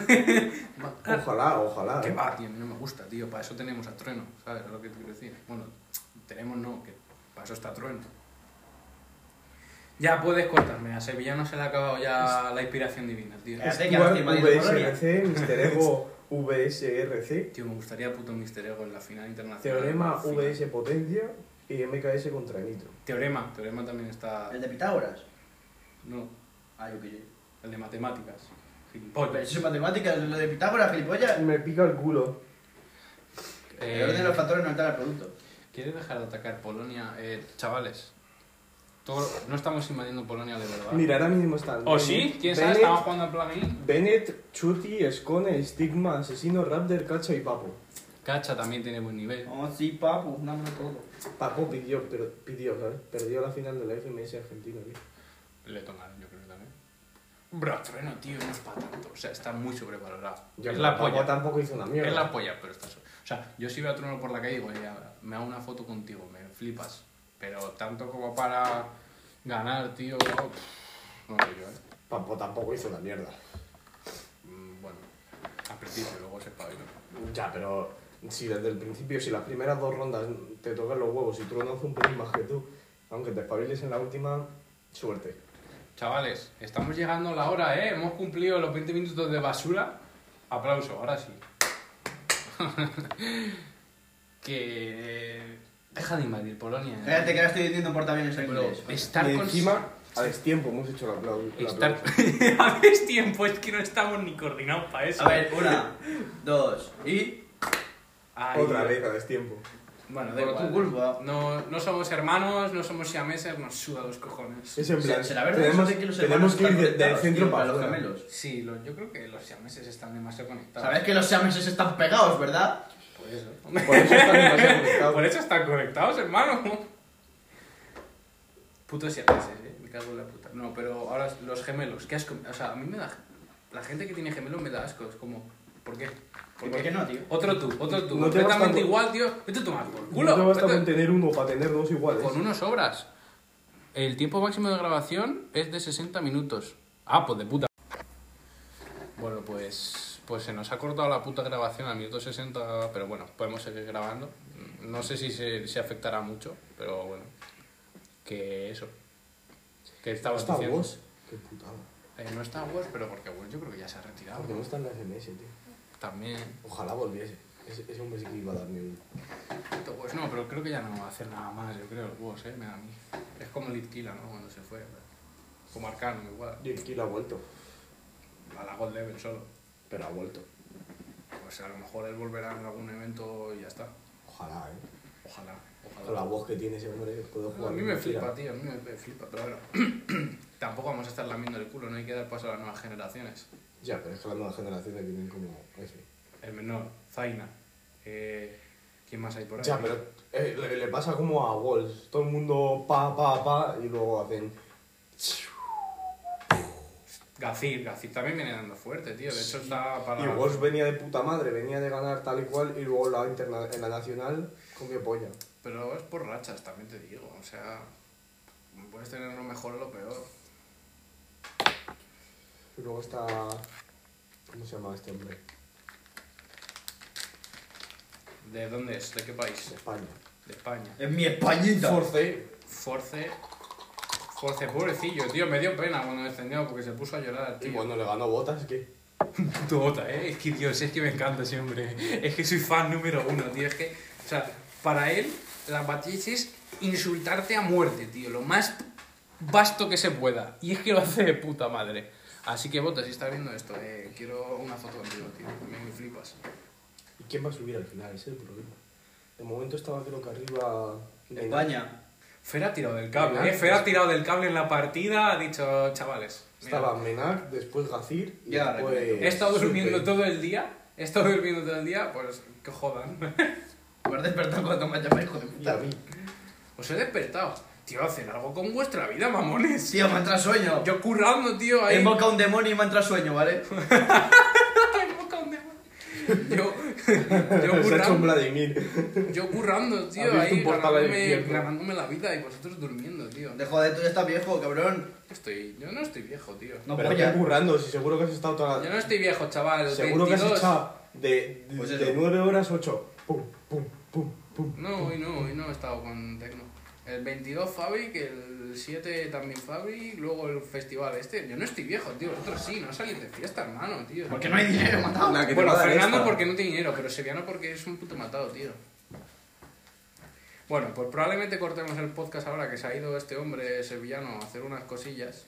S2: Va a ganar
S4: Ojalá, ojalá.
S2: Que
S4: eh.
S2: Ah. va, tío, a mí no me gusta, tío. Para eso tenemos a Trueno, ¿sabes? Es lo que te quiero decir. Bueno, tenemos no, que para eso está Trueno. Ya puedes cortarme, a Sevillano se le ha acabado ya la inspiración divina, tío.
S1: Eh. Hace que
S4: Stuart,
S1: hace Madrid de Polonia.
S4: VSRC, Mr. Ego
S2: (laughs)
S4: VSRC,
S2: Tío, me gustaría puto Mister Ego en la final internacional.
S4: Teorema
S2: Final.
S4: VS Potencia y MKS contra Nitro.
S2: Teorema, Teorema también está.
S1: ¿El de Pitágoras?
S2: No,
S1: Ah, yo qué sé.
S2: el de matemáticas.
S1: Pero
S2: Gilipollas.
S1: eso es matemática, lo de Pitágoras, gilipollas.
S4: Me pica el culo.
S1: El orden de los factores no altera el producto.
S2: Eh, ¿Quieres dejar de atacar Polonia? Eh, chavales, todo- no estamos invadiendo Polonia de verdad.
S4: Mira, ahora mismo están.
S2: ¿O sí? ¿Quién sabe?
S4: Bennett,
S2: Estaban jugando al plugin.
S4: Bennett, Chuti, Escone, Stigma, Asesino, Raptor, Cacho y Papo.
S2: Cacha también tiene buen nivel.
S1: Oh, sí, papu, dámelo todo.
S4: Papo pidió, pero pidió, ¿sabes? Perdió la final de la FMS Argentina, tío.
S2: Le tomaron, yo creo que también. Bro, Trueno, tío, no es para tanto. O sea, está muy sobrevalorado.
S4: Yo
S2: es la
S4: Papo
S2: polla.
S4: tampoco hizo una mierda.
S2: Es la polla, pero está so- O sea, yo si veo a Trueno por la calle, digo, "Ya, me hago una foto contigo, me flipas. Pero tanto como para ganar, tío, pff, no lo veo yo, ¿eh?
S4: Papo tampoco hizo una mierda.
S2: Mm, Bueno, al principio, luego se espabiló.
S4: Ya, pero si desde el principio, si las primeras dos rondas te tocan los huevos y Trueno hace un pelín más que tú, aunque te espabiles en la última, suerte.
S2: Chavales, estamos llegando a la hora, ¿eh? Hemos cumplido los 20 minutos de basura. Aplauso, ahora sí. (laughs) que eh, deja de invadir Polonia. ¿eh?
S1: Cállate que ahora estoy vendiendo portaaviones en
S2: Pero
S1: inglés.
S2: estar
S4: y
S2: con...
S4: encima, a destiempo hemos hecho el aplauso. el
S2: Estar...
S4: aplauso.
S2: (laughs)
S6: A ver, tiempo, es que no estamos ni coordinados para eso.
S1: A ver, una, dos y.
S2: Ay,
S4: Otra vez a destiempo.
S2: Bueno, da
S1: Por tu
S2: igual.
S1: culpa.
S2: No, no somos hermanos, no somos siameses, nos suda los cojones.
S4: Es en plan,
S1: ¿Será verdad
S4: tenemos,
S1: eso de que los
S4: tenemos
S1: hermanos
S4: que ir
S1: están
S4: de- del
S1: conectados,
S4: centro
S1: tío,
S4: para
S1: los
S4: afuera.
S1: gemelos?
S2: Sí, lo- yo creo que los siameses están demasiado conectados.
S1: Sabes que los siameses están pegados, ¿verdad?
S2: Por eso.
S4: Por eso están (laughs) demasiado conectados.
S2: Por eso están conectados, hermano. Putos siameses, eh. Me cago en la puta. No, pero ahora los gemelos, qué asco. O sea, a mí me da. La gente que tiene gemelos me da asco. Es como, ¿por qué?
S1: ¿Por, qué no, tío?
S2: Otro tú, otro tú.
S4: No te
S2: completamente
S4: basta con-
S2: igual, tío. Vete a tomar por
S4: No
S2: culo.
S4: te basta
S2: Vete-
S4: con tener uno para tener dos iguales.
S2: Con unos obras. El tiempo máximo de grabación es de 60 minutos. Ah, pues de puta. Bueno, pues, pues se nos ha cortado la puta grabación al minuto 60, pero bueno, podemos seguir grabando. No sé si se, se afectará mucho, pero bueno. Que eso. Que estabas
S4: Está
S2: diciendo.
S4: vos. Qué putada.
S2: Eh, no está Woz, pero porque Woz yo creo que ya se ha retirado.
S4: Porque no está en la FMS, tío.
S2: También.
S4: Ojalá volviese. Ese, ese hombre sí que iba a darme un.
S2: Pues no, pero creo que ya no va a hacer nada más, yo creo, el Woz, eh, me da a mí. Es como Litkila, ¿no? Cuando se fue. pero- Como Arcano, igual.
S4: Y aquí la ha vuelto.
S2: a la Gold Level solo.
S4: Pero ha vuelto.
S2: Pues a lo mejor él volverá en algún evento y ya está.
S4: Ojalá, eh.
S2: Ojalá,
S4: Con la
S2: ojalá.
S4: voz que tiene ese hombre, puedo jugar.
S2: a mí me
S4: con cualquiera.
S2: flipa, tío, a mí me, me flipa, pero bueno. (clears throat) Tampoco vamos a estar lamiendo el culo, no hay que dar paso a las nuevas generaciones.
S4: Ya, pero es que las nuevas generaciones vienen como. ese.
S2: El menor, Zaina. Eh, ¿Quién más hay por ahí?
S4: Ya, pero eh, le, le pasa como a Walls. Todo el mundo pa, pa, pa, y luego hacen.
S2: Gacir, Gacir también viene dando fuerte, tío. De hecho, está para.
S4: Y Walls venía de puta madre, venía de ganar tal y cual, y luego la interna- en la nacional comió polla.
S2: Pero es por rachas, también te digo. O sea, puedes tener lo mejor o lo peor.
S4: Y luego está. ¿Cómo se llama este hombre?
S2: ¿De dónde es? ¿De qué país?
S4: España.
S2: De España.
S1: Es mi españita.
S4: Force.
S2: Force. Force, pobrecillo, tío. Me dio pena cuando descendió porque se puso a llorar,
S4: Y
S2: tío.
S4: cuando le ganó botas, ¿qué?
S2: Puto bota, ¿eh? Es que, Dios, es que me encanta ese hombre. Es que soy fan número uno, tío. Es que, o sea, para él, las batallas es insultarte a muerte, tío. Lo más vasto que se pueda. Y es que lo hace de puta madre. Así que, Bota, si estás viendo esto, eh, quiero una foto contigo, tío. Me, me flipas.
S4: ¿Y quién va a subir al final? Ese es el problema. De momento estaba creo que arriba.
S1: España.
S2: Fer ha tirado del cable, ¿eh? Fer ha tirado del cable en la partida. Ha dicho, chavales. mira,
S4: Estaba Menac, después Gacir y
S1: Ya,
S4: después...
S2: He estado durmiendo
S4: Supe.
S2: todo el día. He estado durmiendo todo el día, pues que jodan. (laughs)
S1: Me has despertado cuando me has llamado, hijo de
S4: Y a
S1: puta.
S4: mí.
S2: Os he despertado. Tío, hacer algo con vuestra vida, mamones.
S1: Tío, me ha entrado sueño.
S2: Yo currando, tío,
S1: He
S2: ahí.
S1: invocado un demonio y me ha entrado sueño, ¿vale?
S2: (laughs) Ay, boca un demonio. Yo, yo,
S4: (laughs) (laughs) Se ha hecho un
S2: currando,
S4: Vladimir.
S2: yo currando,
S4: Ha
S2: tío,
S4: abierto
S2: ahí
S4: un portal al
S2: ganándome,
S4: infierno.
S2: ganándome la vida y vosotros durmiendo, tío.
S1: De joder, tú ya estás viejo, cabrón.
S2: Estoy, yo no pues estoy viejo, tío.
S1: No
S4: Pero
S1: polla.
S4: estoy currando, si seguro que has estado toda
S2: Yo
S4: la...
S2: no estoy viejo, chaval.
S4: Ah. Seguro que has
S2: 22.
S4: echado de, de,
S1: Pues
S4: de
S1: eso.
S4: 9 horas 8. Pum, pum, pum, pum.
S2: No, hoy no, hoy no he estado con Tecno. El 22 Fabric, el 7 también Fabric, luego el festival este. Yo no estoy viejo, tío. Vosotros sí, no salís de fiesta, hermano, tío.
S1: Porque no hay dinero, matado.
S4: La que te
S2: Bueno,
S4: va a dar
S2: Fernando
S4: esta.
S2: porque no tiene dinero, pero Seviano porque es un puto matado, tío. Bueno, pues probablemente cortemos el podcast ahora que se ha ido este hombre sevillano a hacer unas cosillas.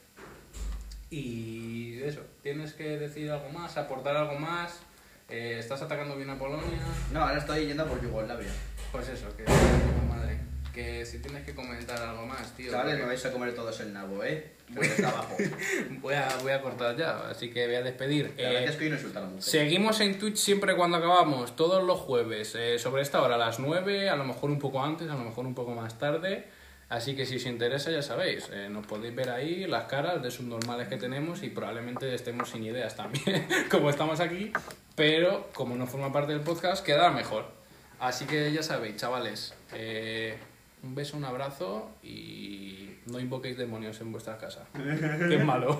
S2: Y eso, tienes que decir algo más, aportar algo más. Eh, estás atacando bien a Polonia.
S1: No, ahora estoy yendo por Yugoslavia.
S2: Pues eso, que. Madre. Que si tienes que comentar algo más, tío.
S1: Chavales,
S2: porque-
S1: me vais a comer todos el nabo,
S2: (laughs)
S1: ¿eh? Voy de trabajo.
S2: voy, a, voy a cortar ya, así que voy a despedir.
S1: La verdad
S2: Eh,
S1: es que hoy no insulta a la mujer.
S2: Seguimos en Twitch siempre cuando acabamos, todos los jueves, eh, sobre esta hora, a las 9, a lo mejor un poco antes, a lo mejor un poco más tarde. Así que si os interesa, ya sabéis, eh, nos podéis ver ahí las caras de subnormales que tenemos y probablemente estemos sin ideas también, (laughs) como estamos aquí, pero como no forma parte del podcast, queda mejor. Así que ya sabéis, chavales, eh, un beso, un abrazo y no invoquéis demonios en vuestras casas. que es malo.